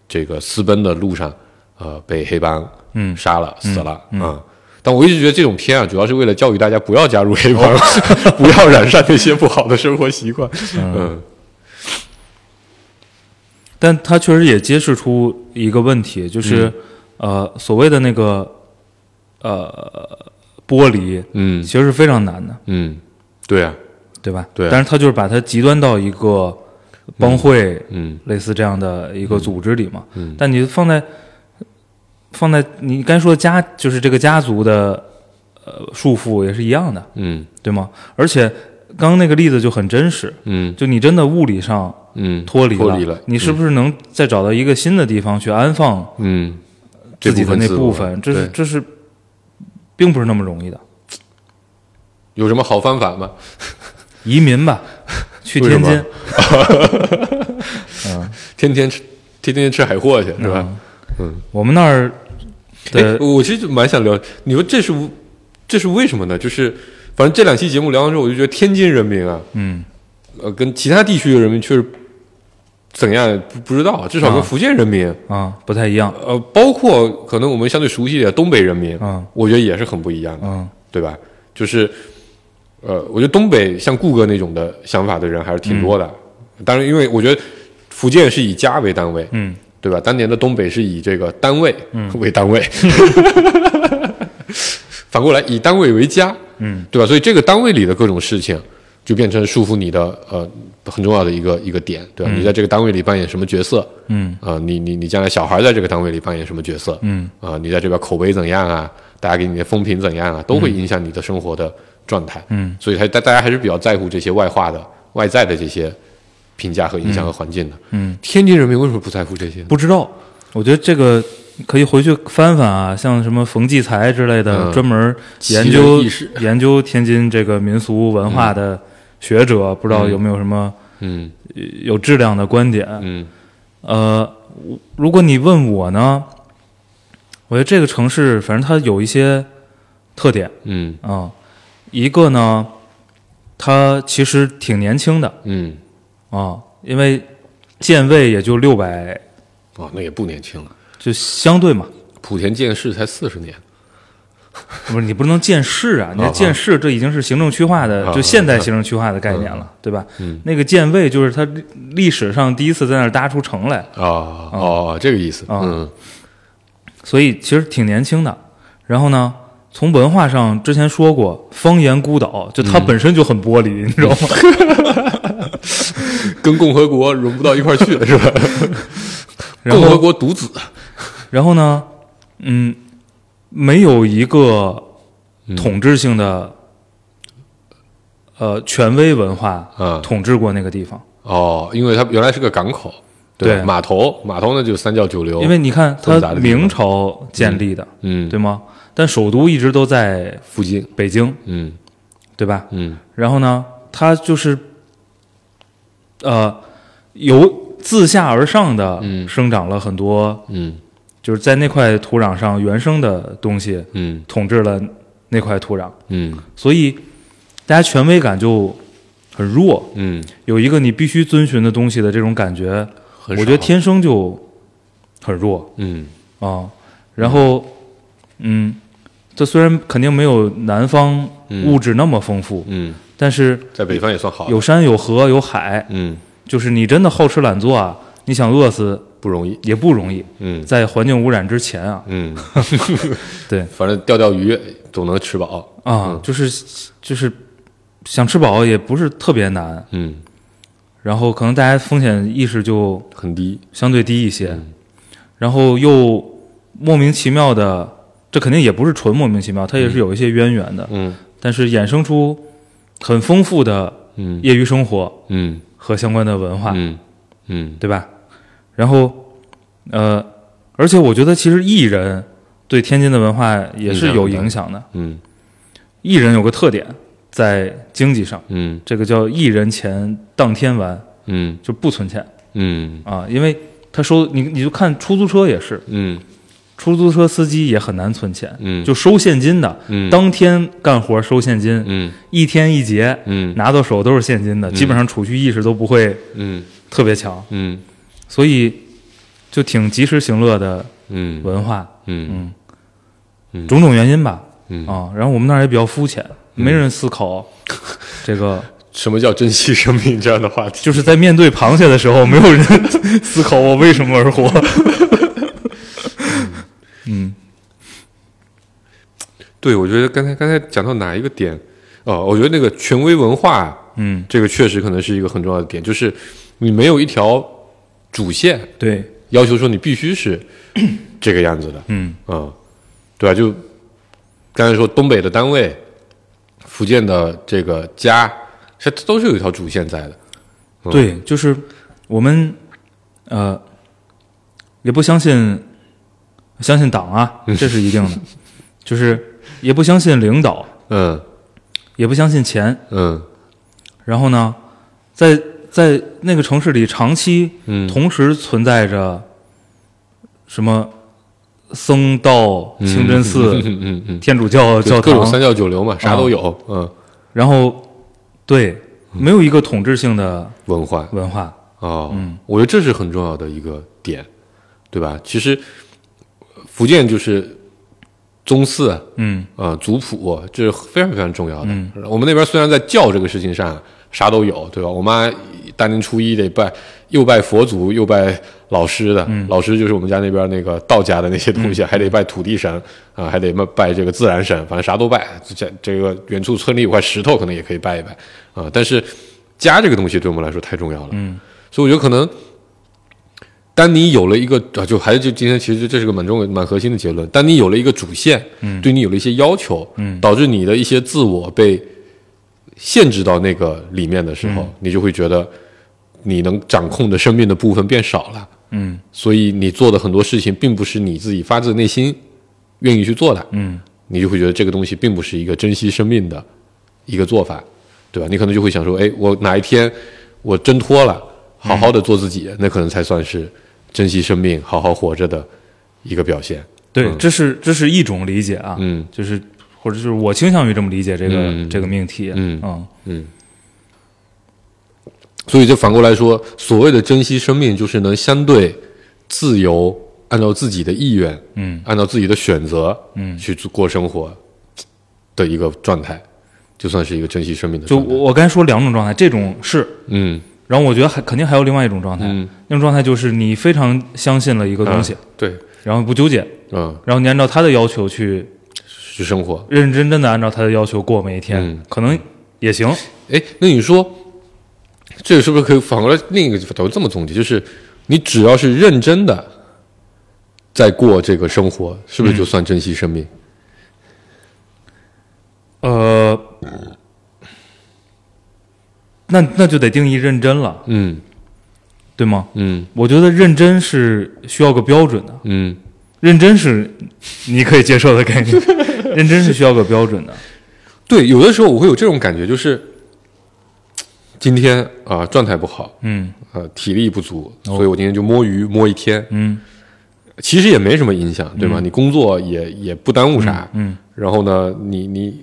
这个私奔的路上，呃，被黑帮
嗯
杀了、死了啊、但我一直觉得这种片啊，主要是为了教育大家不要加入黑帮，
哦
*laughs* 不要染上那些不好的生活习惯。嗯
但他确实也揭示出一个问题，
嗯
就是、呃，所谓的那个呃剥离，
嗯
其实是非常难的，
嗯，对啊，
对吧？
对
但是他就是把它极端到一个帮会，
嗯
类似这样的一个组织里嘛。但你放在放在你刚才说的家，就是这个家族的呃束缚也是一样的，
嗯
对吗？而且刚刚那个例子就很真实，
嗯
就你真的物理上
嗯，
脱离了，
脱离了，
你是不是能再找到一个新的地方去安放
嗯
自己的那
这部
部
分
分？这
自我
是
嗯对
这是并不是那么容易的，
有什么好方法吗？
移民吧，去
为什
天
么
津，
天天吃。天天吃海货去是吧？
嗯我们那儿
哎、
的
我其实蛮想聊，你说这是这是为什么呢？就是反正这两期节目聊完之后，我就觉得天津人民啊，
嗯
呃，跟其他地区的人民确实怎样不不知道，至少
啊
跟福建人民，
啊不太一样，
呃，包括可能我们相对熟悉的东北人民，
嗯
我觉得也是很不一样的，
嗯
对吧？就是，呃，我觉得东北像顾哥那种的想法的人还是挺多的。当然，因为我觉得福建是以家为单位，
嗯
对吧？当年的东北是以这个单位为单
*laughs*
位，反过来以单位为家，
嗯，
对吧？所以这个单位里的各种事情，就变成束缚你的呃很重要的一个一个点，对吧？你在这个单位里扮演什么角色？
嗯
啊、你你你将来小孩在这个单位里扮演什么角色？
嗯
啊、你在这边口碑怎样啊？大家给你的风评怎样啊？都会影响你的生活的状态。
嗯，
所以还大大家还是比较在乎这些外化的、外在的这些评价和影响和环境的。
嗯，
天津人民为什么不在乎这些呢？
不知道，我觉得这个。可以回去翻翻啊，像什么冯骥才之类的，
嗯
专门
奇人
研究
异事
研究天津这个民俗文化的学者，不知道有没有什么呃
嗯
有质量的观点。
嗯
呃，我如果你问我呢，我觉得这个城市反正它有一些特点
嗯
啊、一个呢，它其实挺年轻的
嗯，
啊、因为建卫也就六百，
哦，那也不年轻了，
就相对嘛，
莆田建市才四十年。
不是你不能建市啊，你这
啊
建市这已经是行政区划的，
啊
就现代行政区划的概念了，对吧？
嗯
那个建卫就是它历历史上第一次在那儿搭出城来，
哦哦，这个意思。
啊
嗯
所以其实挺年轻的。然后呢，从文化上之前说过，方言孤岛就它本身就很玻
嗯
璃，你知道吗？
*laughs* 跟共和国融不到一块儿去了，是吧？
然
共和
后，
国独子，
然后呢，嗯，没有一个
嗯
统治性的、呃权威文化
嗯
统治过那个地方，
哦，因为它原来是个港口，吧
对
码头，码头呢就三教九流，
因为你看
复
它
杂的地方
明朝建立的，
嗯，
对吗？但首都一直都在
附近，
北京，
嗯
对吧？
嗯
然后呢，它就是呃由自下而上的
嗯
生长了很多，
嗯
就是在那块土壤上原生的东西
嗯
统治了那块土壤，
嗯
所以大家权威感就很弱，
嗯，
有一个你必须遵循的东西的这种感觉，
很
我
少
觉得，天生就很弱。
嗯
啊、然后，嗯，这虽然肯定没有南方
嗯
物质那么丰富，
嗯，
但是
在北方也算好，
有，山有河有海，
嗯，
就是你真的好吃懒做啊，你想饿死
不容易，
也不容易，
嗯
在环境污染之前啊，
嗯，嗯
对
反正钓钓鱼总能吃饱，
啊，就是就是想吃饱也不是特别难，
嗯
然后可能大家风险意识就
很低，
相对低一些，然后又莫名其妙的，这肯定也不是纯莫名其妙，它也是有一些渊源的，
嗯
但是衍生出很丰富的
嗯
业余生活
嗯
和相关的文化，
嗯嗯
对吧？然后，呃，而且我觉得其实艺人对天津的文化也是有影响的。
嗯
艺人有个特点，在经济上，
嗯
这个叫艺人钱当天完，
嗯
就不存钱
嗯
啊，因为他收你你就看出租车也是，
嗯
出租车司机也很难存钱，
嗯
就收现金的，
嗯
当天干活收现金，
嗯
一天一结，
嗯
拿到手都是现金的，基本上储蓄意识都不会
嗯
特别强，
嗯
所以就挺及时行乐的
嗯
文化，
嗯
种种原因吧，
嗯
啊，然后我们那儿也比较肤浅，没人思
*laughs*
考这个，
什么叫珍惜生命这样的话题？
就是在面对螃蟹的时候，没有人 *laughs* 思考我为什么而活。嗯
对，我觉得刚才刚才讲到哪一个点？哦，我觉得那个权威文化，
嗯，
这个确实可能是一个很重要的点，就是你没有一条主线
对，
要求说你必
*clears throat*
须是这个样子的，
嗯
嗯，对吧？就刚才说东北的单位，福建的这个家，它都是有一条主线在的，嗯
对，就是我们呃也不相信相信党
*laughs*
啊，这是一定的，就是也不相信领导，
嗯
也不相信钱，
嗯
然后呢，在在那个城市里长期
嗯
同时存在着什么僧道、清真寺、
*laughs* 嗯嗯嗯，
天主教
就
教
各种三
堂，啊
教九流嘛，啥都有，嗯，
然后对，没有一个统治性的
文化，
文化，
哦，我觉得这是很重要的一个点，对吧？其实福建就是宗祠啊、
嗯
呃族谱，这是非常非常重要的。我们那边虽然在教这个事情上啥都有，对吧？我妈大年初一得拜，又拜佛祖，又拜老师的，老师就是我们家那边那个道家的那些东西，还得拜土地神啊、还得拜这个自然神，反正啥都拜。这这个远处村里有块石头，可能也可以拜一拜啊、但是家这个东西对我们来说太重要了，嗯，所以我觉得可能。当你有了一个啊，就还是就今天其实这是个蛮重蛮核心的结论。当你有了一个主线，嗯，对你有了一些要求，嗯，导致你的一些自我被限制到那个里面的时候，你就会觉得你能掌控的生命的部分变少了，
嗯
所以你做的很多事情并不是你自己发自内心愿意去做的，
嗯，
你就会觉得这个东西并不是一个珍惜生命的一个做法，对吧？你可能就会想说，哎，我哪一天我挣脱了，好好
嗯
的做自己，那可能才算是珍惜生命、好好活着的一个表现。
对，这是这是一种理解啊，
嗯
就是或者就是我倾向于这么理解这个、
嗯
这个命题，
嗯所以这反过来说，所谓的珍惜生命，就是能相对自由，按照自己的意愿，
嗯，
按照自己的选择，
嗯
去做过生活的一个状态，就算是一个珍惜生命的
就
状态。
我我刚才说两种状态，这种是，
嗯
然后我觉得还肯定还有另外一种状态，
嗯
那种状态就是你非常相信了一个东西，
啊对，
然后不纠结，
嗯，
然后你按照他的要求去
去生活，
认认真真的按照他的要求过每一天，
嗯
可能也行。
哎，那你说，这个是不是可以反过来另一个角度这么总结？就是你只要是认真的在过这个生活，是不是就算珍惜生命？
呃，那那就得定义认真了，
嗯
对吗？
嗯
我觉得认真是需要个标准的，
嗯
认真是你可以接受的概念，认真是需要个标准的。
对，有的时候我会有这种感觉，就是今天啊、状态不好，
嗯
呃体力不足，所以我今天就摸鱼摸一天，
哦嗯
其实也没什么影响，对吗？你工作也也不耽误啥，
嗯
然后呢，你你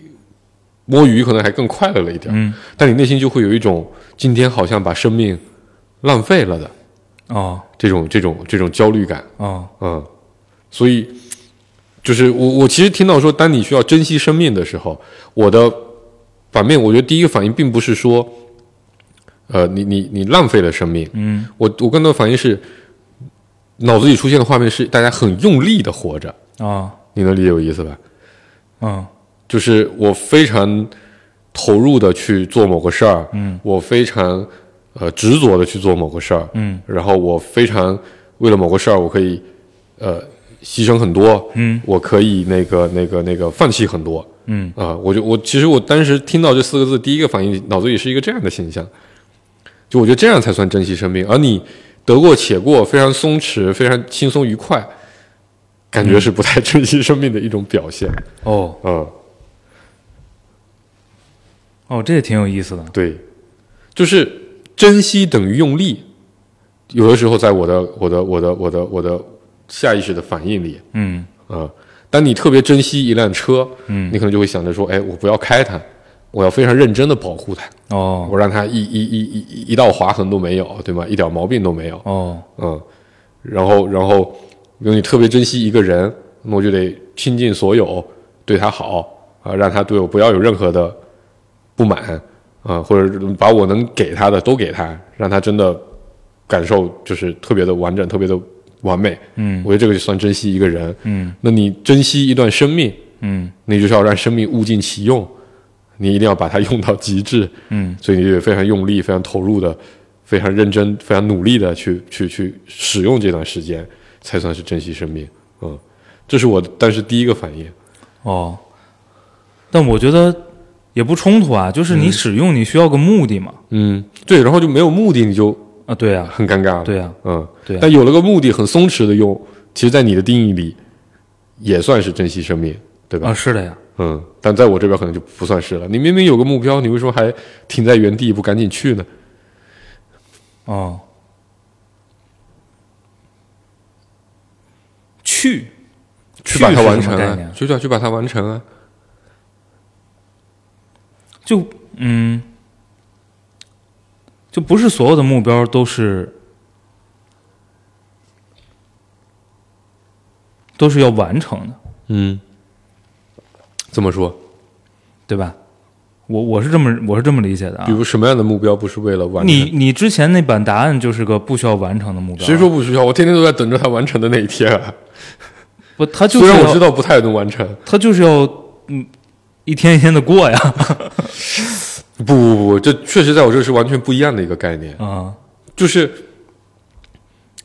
摸鱼可能还更快乐了一点，
嗯，
但你内心就会有一种今天好像把生命浪费了的
哦
这种这种这种焦虑感，
哦，
嗯，所以就是我我其实听到说，当你需要珍惜生命的时候，我的反面，我觉得第一个反应并不是说，呃，你你你浪费了生命，
嗯
我我更多的反应是脑子里出现的画面是大家很用力的活着，
哦
你能理解我意思吧？
嗯
就是我非常投入的去做某个事儿，嗯，我非常呃执着的去做某个事儿，
嗯，
然后我非常为了某个事儿，我可以呃牺牲很多，
嗯，
我可以那个那个那个放弃很多，
嗯
啊、我就我其实我当时听到这四个字，第一个反应脑子里是一个这样的形象，就我觉得这样才算珍惜生命，而你得过且过，非常松弛，非常轻松愉快，感觉是不太珍惜生命的一种表现，
哦
嗯，
哦，这也挺有意思的。
对，就是珍惜等于用力，有的时候在我的我的我的我的我的下意识的反应里，
嗯
啊，当你特别珍惜一辆车，
嗯
你可能就会想着说，哎，我不要开它，我要非常认真的保护它，
哦
我让它一一一一一一道划痕都没有，对吗？一点毛病都没有，
哦
嗯，然后然后，如果你特别珍惜一个人，那我就得倾尽所有对他好啊，让他对我不要有任何的不满啊，或者把我能给他的都给他，让他真的感受就是特别的完整，特别的完美。
嗯
我觉得这个就算珍惜一个人。
嗯
那你珍惜一段生命，
嗯
你就是要让生命物尽其用，你一定要把它用到极致。
嗯
所以你就得非常用力、非常投入的、非常认真、非常努力的去去去使用这段时间，才算是珍惜生命。嗯，这是我当时第一个反应。
哦，但我觉得也不冲突啊，就是你使用你需要个目的嘛。
嗯，对，然后就没有目的，你就
啊，对啊，
很尴尬了。
对啊，
嗯，
对啊
但有了个目的，很松弛的用，其实，在你的定义里，也算是珍惜生命，对吧？
啊是的呀，
嗯，但在我这边可能就不算是了。你明明有个目标，你为什么还停在原地不赶紧去呢？
哦，去
去把它完
是
成
什么概
啊
念！
就要去把它完成啊！
就嗯，就不是所有的目标都是都是要完成的，
嗯，怎么说？
对吧？我我是这么我是这么理解的啊
比。如什么样的目标不是为了完成？
你你之前那版答案就是个不需要完成的目标啊，
谁说不需要？我天天都在等着它完成的那一天啊！
不？他就
虽
是
然
要
我知道不太能完成，
他就是要嗯一天一天的过呀 *laughs*
不不不，这确实在我这是完全不一样的一个概念。
啊
就是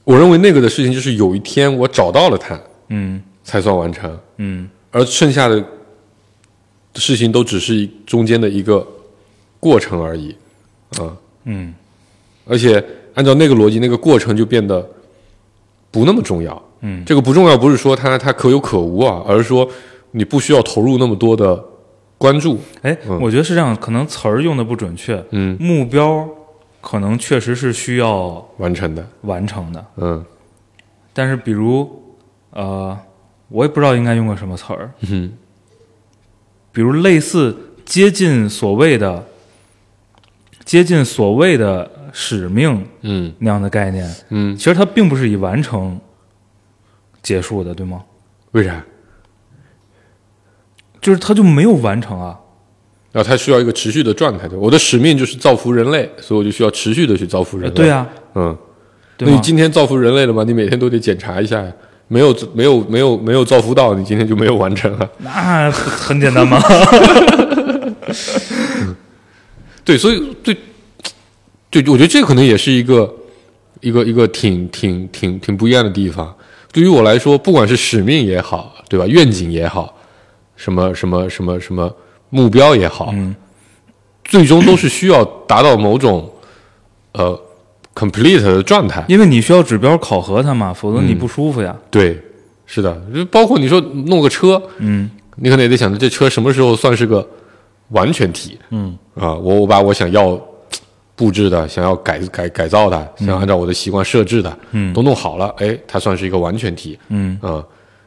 我认为那个的事情，就是有一天我找到了它
嗯
才算完成，
嗯
而剩下的事情都只是一中间的一个过程而已。啊
嗯
而且按照那个逻辑，那个过程就变得不那么重要。
嗯，
这个不重要不是说它它可有可无啊，而是说你不需要投入那么多的关注。
哎，我觉得是这样，可能词儿用的不准确，
嗯，
目标可能确实是需要
完成的，
完成的，
嗯
但是比如呃，我也不知道应该用个什么词儿，
嗯
比如类似接近所谓的接近所谓的使命
嗯
那样的概念，
嗯，
其实它并不是以完成结束的，对吗？
为啥？
就是它就没有完成啊。
然后它需要一个持续的状态，对吧我的使命就是造福人类，所以我就需要持续的去造福人类。
对，啊，
嗯，
对
那你
吗？
今天造福人类了吗？你每天都得检查一下呀，没有没有没有没有造福到，你今天就没有完成啊。
那很简单嘛。
*laughs* 对，所以对，对，我觉得这可能也是一个一个一个挺挺挺挺不一样的地方。对于我来说，不管是使命也好，对吧？愿景也好，什么什么什么什么目标也好，
嗯
最终都是需要达到某种呃 complete 的状态。
因为你需要指标考核它嘛，否则
嗯
你不舒服呀。
对，是的，就包括你说弄个车，
嗯
你可能也得想着这车什么时候算是个完全体。
嗯，
啊，我我把我想要布置的、想要改改改造的、想要按照我的习惯设置的，
嗯
都弄好了，哎，它算是一个完全体
嗯，
啊、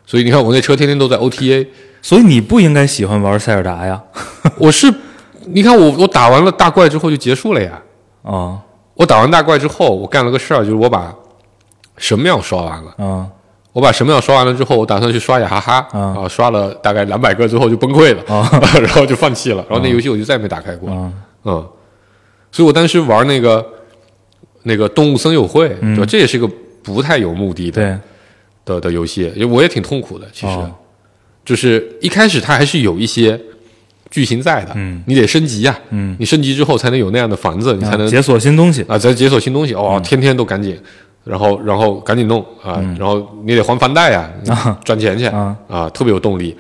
所以你看，我那车天天都在 OTA，
所以你不应该喜欢玩塞尔达呀。
*laughs* 我是，你看我我打完了大怪之后就结束了呀。
啊
我打完大怪之后，我干了个事儿，就是我把神庙刷完了。
啊
我把神庙刷完了之后，我打算去刷雅哈哈，
嗯
啊，刷了大概两百个之后就崩溃了， *laughs* 然后就放弃了，然后那游戏我就再也没打开过。
啊！
嗯，所以我当时玩那个那个动物森友会，对吧？这也是个不太有目的
嗯
的
对，啊
的的游戏，因为我也挺痛苦的。其实、
哦
就是一开始它还是有一些剧情在的，
嗯
你得升级呀、
嗯啊
你升级之后才能有那样的房子，你才能
解锁新东西。
啊，再解锁新东西
嗯
哦，天天都赶紧，然后然后赶紧弄啊，然后你得还房贷呀、
*laughs* 啊
赚钱去
啊
特别有动力。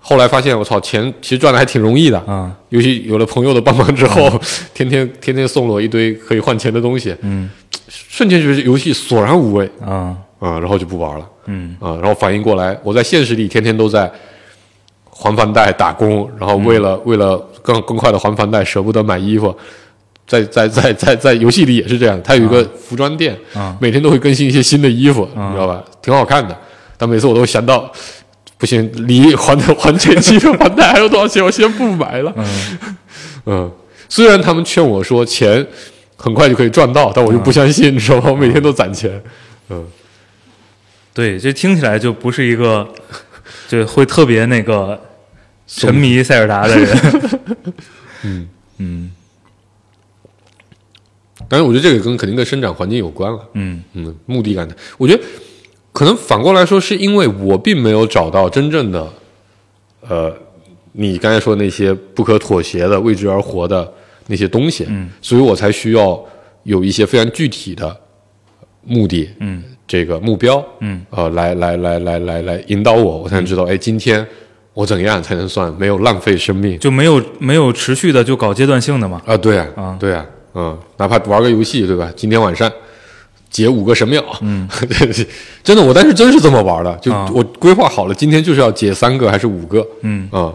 后来发现我操，钱其实赚的还挺容易的，
啊
尤其有了朋友的帮忙之后，天天天天送了我一堆可以换钱的东西，
嗯
瞬间觉得游戏索然无味
啊
啊，然后就不玩了
嗯
啊，然后反应过来，我在现实里天天都在。还房贷、打工，然后为
嗯
了、为了更更快的还房贷，舍不得买衣服，在在在在在游戏里也是这样，它有一个服装店，
啊
每天都会更新一些新的衣服，你知道吧？挺好看的，但每次我都想到，不行，离还还前期的房贷还有多少钱，我先不买了。嗯 *laughs* 虽然他们劝我说钱很快就可以赚到，但我就不相信，你知道吗？我每天都攒钱，
对，这听起来就不是一个 *laughs* 就会特别那个沉迷塞尔达的人。
但是我觉得这个跟肯定跟生长环境有关了。
嗯
嗯，目的感的，我觉得可能反过来说，是因为我并没有找到真正的，呃，你刚才说那些不可妥协的、为之而活的那些东西，嗯，所以我才需要有一些非常具体的目的，
嗯，
这个目标，
嗯，
呃，来来来来来来引导我，我才能知道，哎，今天我怎样才能算没有浪费生命
就没有没有持续的就搞阶段性的嘛。
啊？对啊，
啊
对啊，嗯，哪怕玩个游戏，对吧？今天晚上。解五个神庙，嗯， *laughs* 真的，我当时真是这么玩的，就
啊
我规划好了，今天就是要解三个还是五个，
嗯
啊、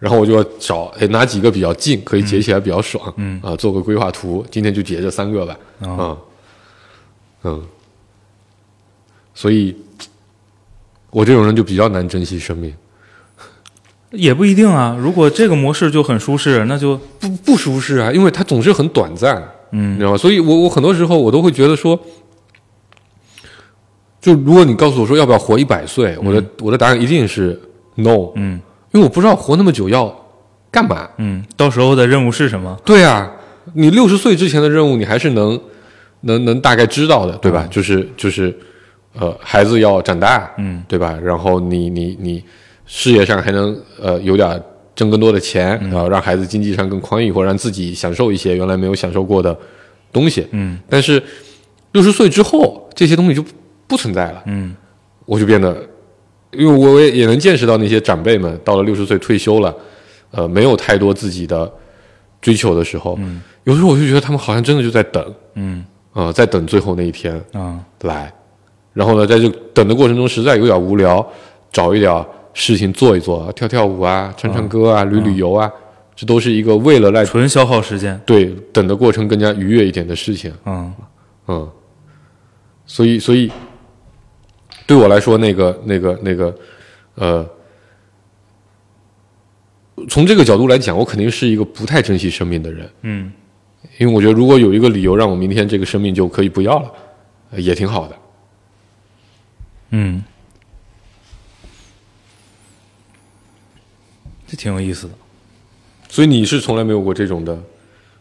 然后我就要找，哎，哪几个比较近，可以解起来比较爽，
嗯
啊、做个规划图，今天就解这三个吧，啊、
哦
嗯，所以我这种人就比较难珍惜生命，
也不一定啊。如果这个模式就很舒适，那就
不不舒适啊，因为它总是很短暂，你
嗯
知道吗？所以我我很多时候我都会觉得说，就如果你告诉我说要不要活一百岁，我的、我的答案一定是 no，
嗯
因为我不知道活那么久要干嘛。
嗯，到时候的任务是什么？
对啊，你六十岁之前的任务你还是能能能大概知道的，对吧？就是就是呃，孩子要长大，
嗯
对吧？然后你你你事业上还能呃有点挣更多的钱，
嗯
然后让孩子经济上更宽裕，或者让自己享受一些原来没有享受过的东西。
嗯
但是六十岁之后，这些东西就不存在了，
嗯
我就变得，因为我也也能见识到那些长辈们到了六十岁退休了，呃，没有太多自己的追求的时候，有时候我就觉得他们好像真的就在等，
嗯
啊、在等最后那一天，
啊
来，然后呢，在这等的过程中实在有点无聊，找一点事情做一做，跳跳舞啊，唱唱歌啊，旅旅游啊，这都是一个为了来
纯消耗时间。
对等的过程更加愉悦一点的事情，
嗯
嗯，所以所以对我来说，那个那个那个呃。从这个角度来讲，我肯定是一个不太珍惜生命的人，
嗯
因为我觉得如果有一个理由让我明天这个生命就可以不要了，呃也挺好的。
嗯，这挺有意思的。
所以你是从来没有过这种的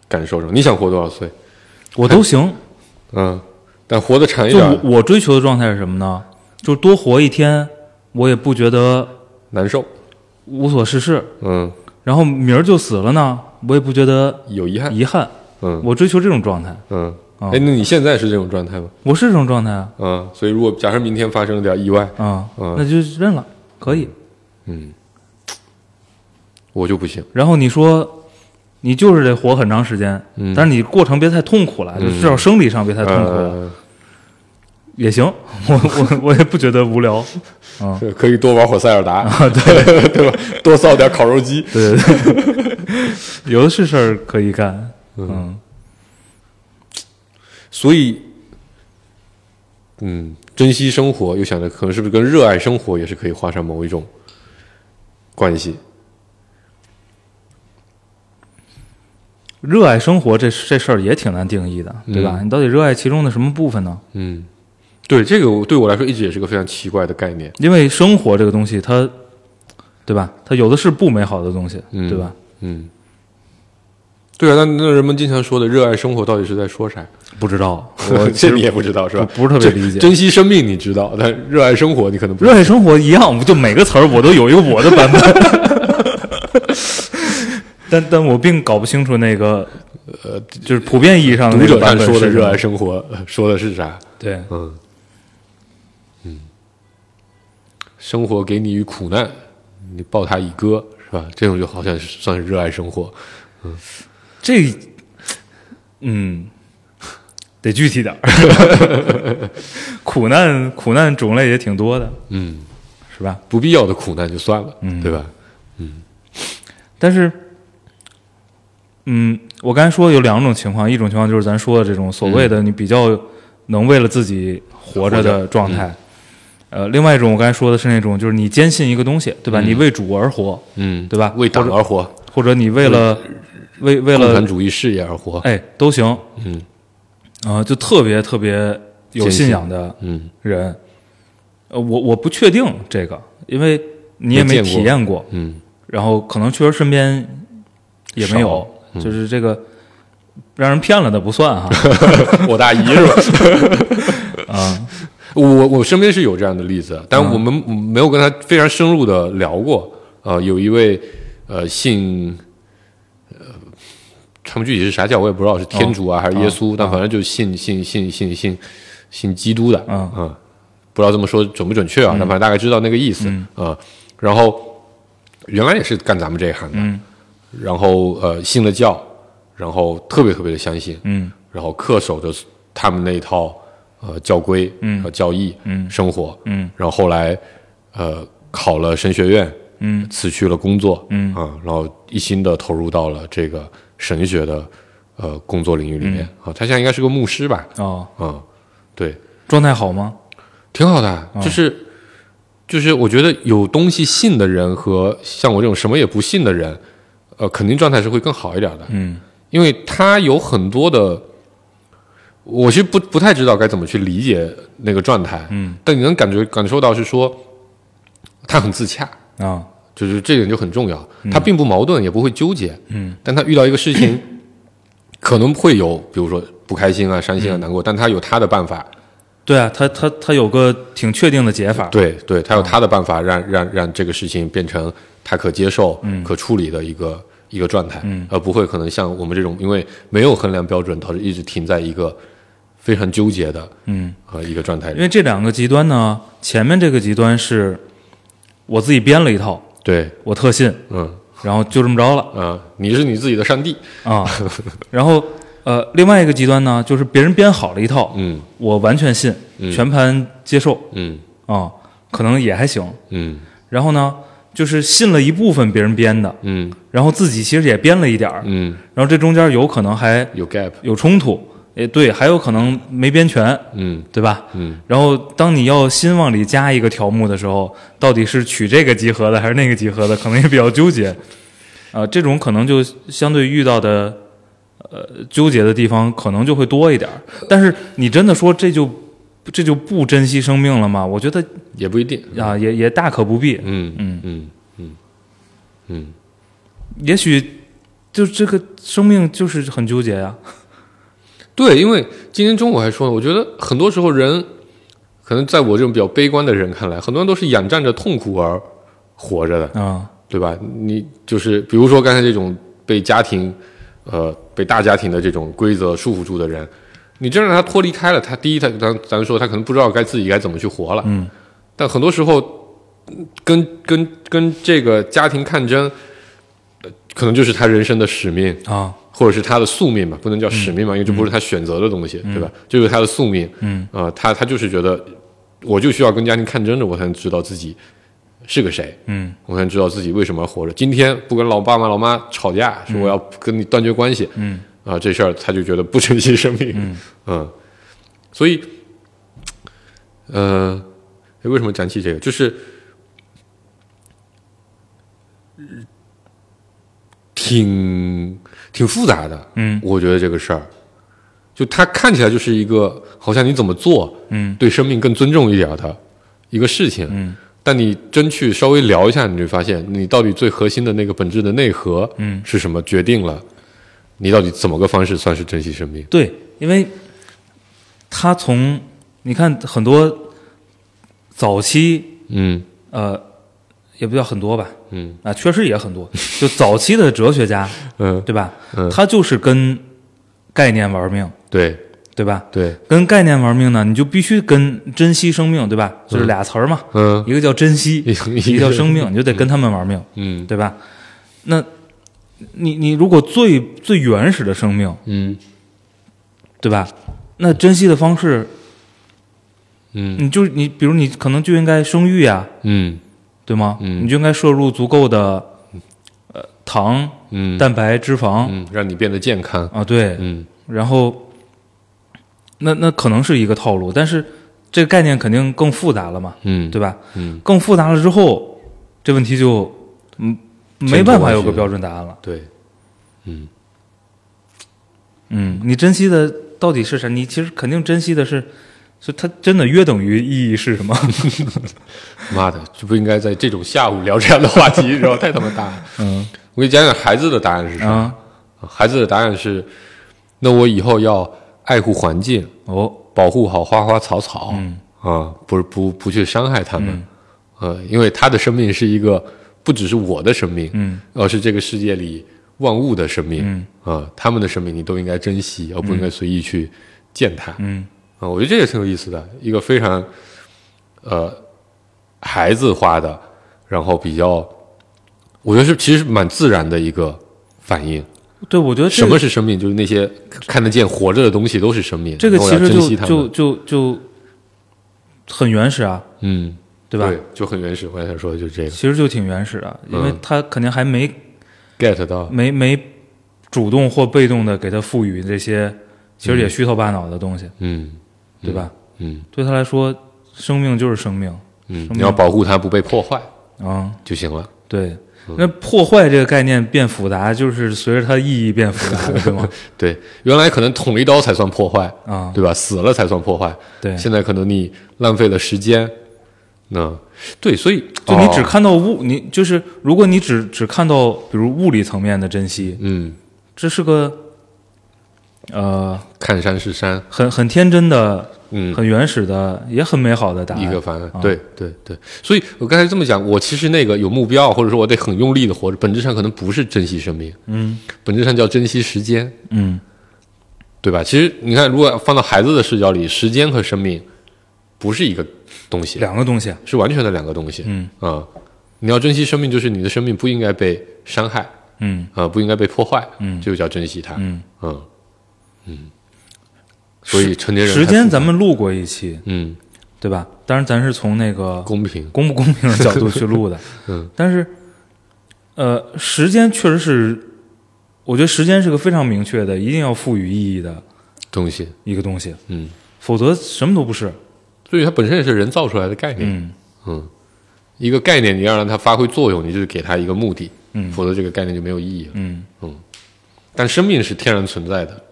感受是吗？你想活多少岁？
我都行，
嗯，但活得长一
就
点
我我追求的状态是什么呢？就是多活一天，我也不觉得
难受，
无所事事。
嗯，
然后明儿就死了呢，我也不觉得
有遗憾，
遗憾。
嗯
我追求这种状态，
嗯。
嗯
哎，那你现在是这种状态吗？
我是这种状态啊，
嗯，所以如果假设明天发生了点意外，
啊、
嗯
那就认了，可以。
我就不行。
然后你说，你就是得活很长时间，
嗯
但是你过程别太痛苦了，就至少生理上别太痛苦了，
呃，
也行。 *laughs* 我我我也不觉得无聊，嗯，啊
是可以多玩会儿塞尔达，对 *laughs* 对吧？多造点烤肉机。
对对对， *laughs* 有的是事儿可以干，嗯
所以，嗯，珍惜生活，又想着可能是不是跟热爱生活也是可以画上某一种关系。
热爱生活这这事儿也挺难定义的，对吧？你到底热爱其中的什么部分呢？
嗯，对，这个我对我来说一直也是个非常奇怪的概念。
因为生活这个东西，它，对吧？它有的是不美好的东西，
嗯
对吧？
嗯，对啊，那那人们经常说的热爱生活到底是在说啥？
不知道，
*laughs*
我其
这
实
你也不知道是吧？
不不是特别理解
珍珍惜生命你知道，但热爱生活你可能不知
热
道。
爱生活一样，就每个词儿我都有一个我的版本。 *laughs* 但但我并搞不清楚那个，呃，就是普遍意义上的
读
那
者
个
看
版本
说的
是什
热
么
爱生活呃说的是啥？
对，
嗯，嗯，生活给你与苦难，你抱它以歌，是吧？这种就好像是算是热爱生活。
这，嗯，得具体点儿。
*laughs*
苦难苦难种类也挺多的，
嗯，
是吧？
不必要的苦难就算了，嗯、对吧？
但是，嗯，我刚才说有两种情况，一种情况就是咱说的这种所谓
嗯
的你比较能为了自己活着的状态，
嗯
呃，另外一种我刚才说的是那种就是你坚信一个东西，对吧？你为主而活，
嗯，
对吧
为党而活，
或者你为了为为
共产
了
主义事业而活。
哎都行，
嗯
啊、就特别特别有
坚信
信仰的
嗯
人，呃，我我不确定这个，因为你也没
没见过
体验过，
嗯，
然后可能确实身边也没有，
嗯
就是这个让人骗了的不
*laughs*
算哈
我大姨是吧？ *laughs*
啊，
我我身边是有这样的例子，但
嗯
我们没有跟他非常深入的聊过。呃，有一位呃信，呃，他们具体是啥教我也不知道，是天主啊、
哦
还是耶稣，但反正就信信信信信信基督的，
嗯
嗯不知道这么说准不准确啊，但反正大概知道那个意思
嗯
啊、然后原来也是干咱们这一行的，
嗯
然后呃信了教，然后特别特别的相信，
嗯
然后恪守着他们那一套呃教规
嗯
和教义
嗯
生活，
嗯
然后后来呃考了神学院，
嗯
辞去了工作，
嗯
啊，然后一心的投入到了这个神学的呃工作领域里面
嗯
啊，他现在应该是个牧师吧，
哦，
啊，对，
状态好吗？
挺好的，
嗯
就是、就是我觉得有东西信的人和像我这种什么也不信的人，呃，肯定状态是会更好一点的，
嗯
因为他有很多的，我是不不太知道该怎么去理解那个状态，
嗯，
但你能感觉感受到是说他很自洽，
啊、
就是这点就很重要，他并不矛盾，也不会纠结，
嗯，
但他遇到一个事情， *coughs* 可能会有比如说不开心啊、伤心啊、
嗯
难过，但他有他的办法，
对啊，他他他有个挺确定的解法，嗯
对对，他有他的办法让让让这个事情变成他可接受、
嗯
可处理的一个一个状态，而不会可能像我们这种因为没有衡量标准，导致一直停在一个非常纠结的
嗯，
呃一个状态
因
里。
为这两个极端呢，前面这个极端是我自己编了一套，
对，
我特信，
嗯
然后就这么着了
啊、你是你自己的上帝， *laughs*
啊，然后呃，另外一个极端呢，就是别人编好了一套，
嗯
我完全信，全盘接受
嗯
啊、可能也还行。
嗯
然后呢，就是信了一部分别人编的，
嗯
然后自己其实也编了一点儿，
嗯，
然后这中间有可能还
有 gap，
有冲突，也对，还有可能没编全，
嗯
对吧？
嗯
然后当你要新往里加一个条目的时候，到底是取这个集合的还是那个集合的，可能也比较纠结。 *laughs* 啊、这种可能就相对遇到的呃纠结的地方可能就会多一点儿。但是你真的说这就这就不珍惜生命了吗？我觉得
也不一定，
啊、也也大可不必。
嗯
嗯
嗯嗯嗯，
也许就这个生命就是很纠结呀、
对，因为今天中午还说呢，我觉得很多时候人，可能在我这种比较悲观的人看来，很多人都是仰仗着痛苦而活着的，
啊。
对吧？你就是比如说刚才这种被家庭，呃，被大家庭的这种规则束缚住的人，你真让他脱离开了，他第一，他咱咱说他可能不知道该自己该怎么去活了，
嗯，
但很多时候嗯跟跟跟这个家庭抗争，呃可能就是他人生的使命，
啊，
或者是他的宿命吧，不能叫使命嘛，因为这不是他选择的东西，对吧？这就是他的宿命。
嗯，
啊、他他就是觉得，我就需要跟家庭抗争着，我才能知道自己是个谁，
嗯
我才能知道自己为什么要活着。今天不跟老爸妈、老妈吵架，说我要跟你断绝关系，
嗯
啊、这事儿他就觉得不珍惜生命。 *laughs* 嗯，所以，呃，诶为什么讲起这个？就是。挺挺复杂的，
嗯
我觉得这个事儿，就它看起来就是一个好像你怎么做
嗯
对生命更尊重一点的一个事情，
嗯
但你真去稍微聊一下，你就发现你到底最核心的那个本质的内核
嗯，
是什么，决定了你到底怎么个方式算是珍惜生命。
对，因为他从你看很多早期
嗯
呃也不叫很多吧，
嗯
啊，确实也很多。就早期的哲学家，
嗯，
对吧？
*laughs* 嗯
他就是跟概念玩命，
对
对吧？
对，
跟概念玩命呢，你就必须跟珍惜生命，对吧？就是俩词儿嘛，
嗯
一个叫珍惜，
*laughs* 一个
一个叫生命，你就得跟他们玩命，
嗯
对吧？那你你如果最最原始的生命，
嗯
对吧？那珍惜的方式，
嗯
你就你比如你可能就应该生育呀、
嗯
对吗？
嗯
你就应该摄入足够的呃糖、
嗯，
蛋白、脂肪、
嗯让你变得健康，
啊，对，
嗯
然后那那可能是一个套路，但是这个概念肯定更复杂了嘛，
嗯，
对吧？
嗯
更复杂了之后，这问题就嗯没办法有个标准答案了。
对，嗯
嗯，你珍惜的到底是啥？你其实肯定珍惜的是，是它真的约等于意义是什么？ *laughs*
妈的，就不应该在这种下午聊这样的话题，然后太他妈大了。
嗯
我给你讲讲孩子的答案是啥？
啊
孩子的答案是：那我以后要爱护环境，
哦
保护好花花草草，
嗯
啊，不是不不去伤害他们，
嗯
呃，因为他的生命是一个不只是我的生命，
嗯
而是这个世界里万物的生命，
嗯
啊，他们的生命你都应该珍惜，而不应该随意去践踏。
嗯
啊，我觉得这也挺有意思的，一个非常呃孩子化的，然后比较，我觉得是其实蛮自然的一个反应。
对，我觉得这
什
个
么是生命？就是那些看得见、活着的东西都是生命。
这个
然后
其
要
实
珍
就
惜它
就
们，
就就很原始啊，
嗯，
对吧？
就很原始。我刚才说的就是这个
其实就挺原始的，因为
嗯
它肯定还没
get 到，
没没主动或被动的给他赋予这些，其实也虚头巴脑的东西，
嗯
对吧？
嗯
对他来说，生命就是生命
嗯，
命
你要保护它不被破坏
啊、
就行了。
对。
嗯
那破坏这个概念变复杂，就是随着它意义变复杂了，
*laughs*
对吗？
对，原来可能捅一刀才算破坏，
啊，
对吧？死了才算破坏。
对，
现在可能你浪费了时间，那对，所以
就你
哦
只看到物，你就是如果你只只看到比如物理层面的珍惜，
嗯，
这是个呃
看山是山，
很很天真的、
嗯，
很原始的、也很美好的答案。
一个方案
啊，
对对对，所以我刚才这么讲，我其实那个有目标，或者说我得很用力的活着，本质上可能不是珍惜生命，
嗯
本质上叫珍惜时间，
嗯
对吧？其实你看，如果放到孩子的视角里，时间和生命不是一个东西，
两个东西，啊
是完全的两个东西。
嗯
啊、你要珍惜生命，就是你的生命不应该被伤害啊、
嗯
不应该被破坏，
嗯
这就叫珍惜它。
嗯。
嗯嗯所以成年人
时
还
间
不
咱们录过一期，
嗯
对吧？当然，咱是从那个
公平，
公不公平的角度去录的。
*laughs* 嗯，
但是，呃，时间确实是，我觉得时间是个非常明确的，一定要赋予意义的
东西，
一个东西，
嗯，
否则什么都不是。
所以它本身也是人造出来的概念。
嗯
嗯，一个概念，你要让它发挥作用，你就是给它一个目的，
嗯
否则这个概念就没有意义了。
嗯，
但生命是天然存在的，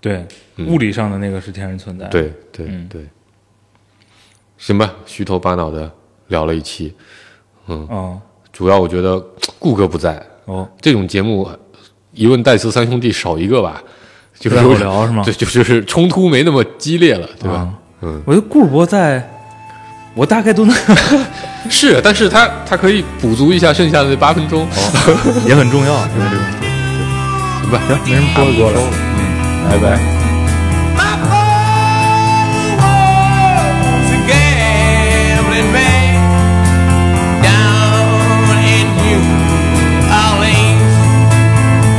对，
嗯
物理上的那个是天然存在。，
对对
嗯
对。行吧，虚头巴脑的聊了一期，
哦
主要我觉得顾哥不在，
哦，
这种节目一问戴斯三兄弟少一个吧，就
不
是
太好聊是吗？
*laughs* 对，就就是冲突没那么激烈了，对吧？
啊
嗯，
我觉得顾尔博在，我大概都能 *laughs*
是，但是他他可以补足一下剩下的八分钟，
哦
*laughs*
也很重要，也很重要。
行吧？
行，没什么说的，多了。
拜拜。
My whole world's a gambling man down in New Orleans.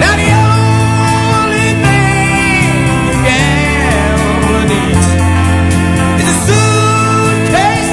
Now the only thing gambling is. It's a suitcase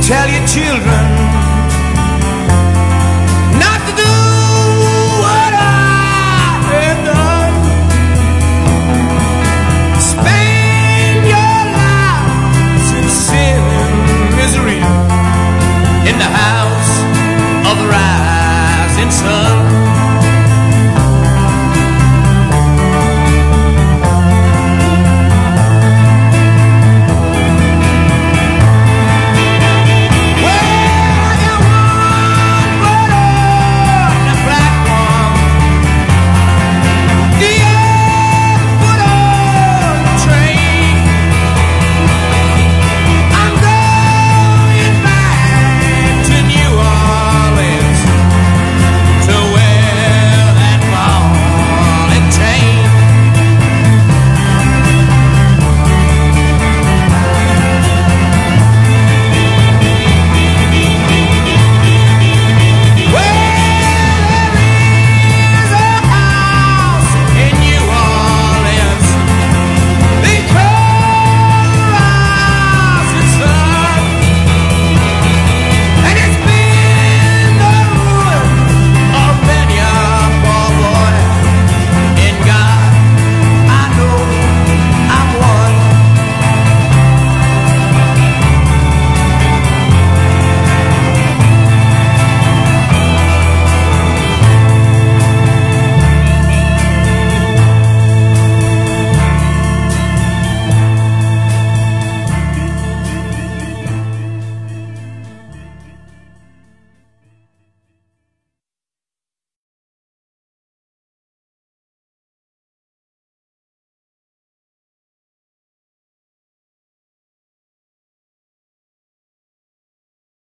children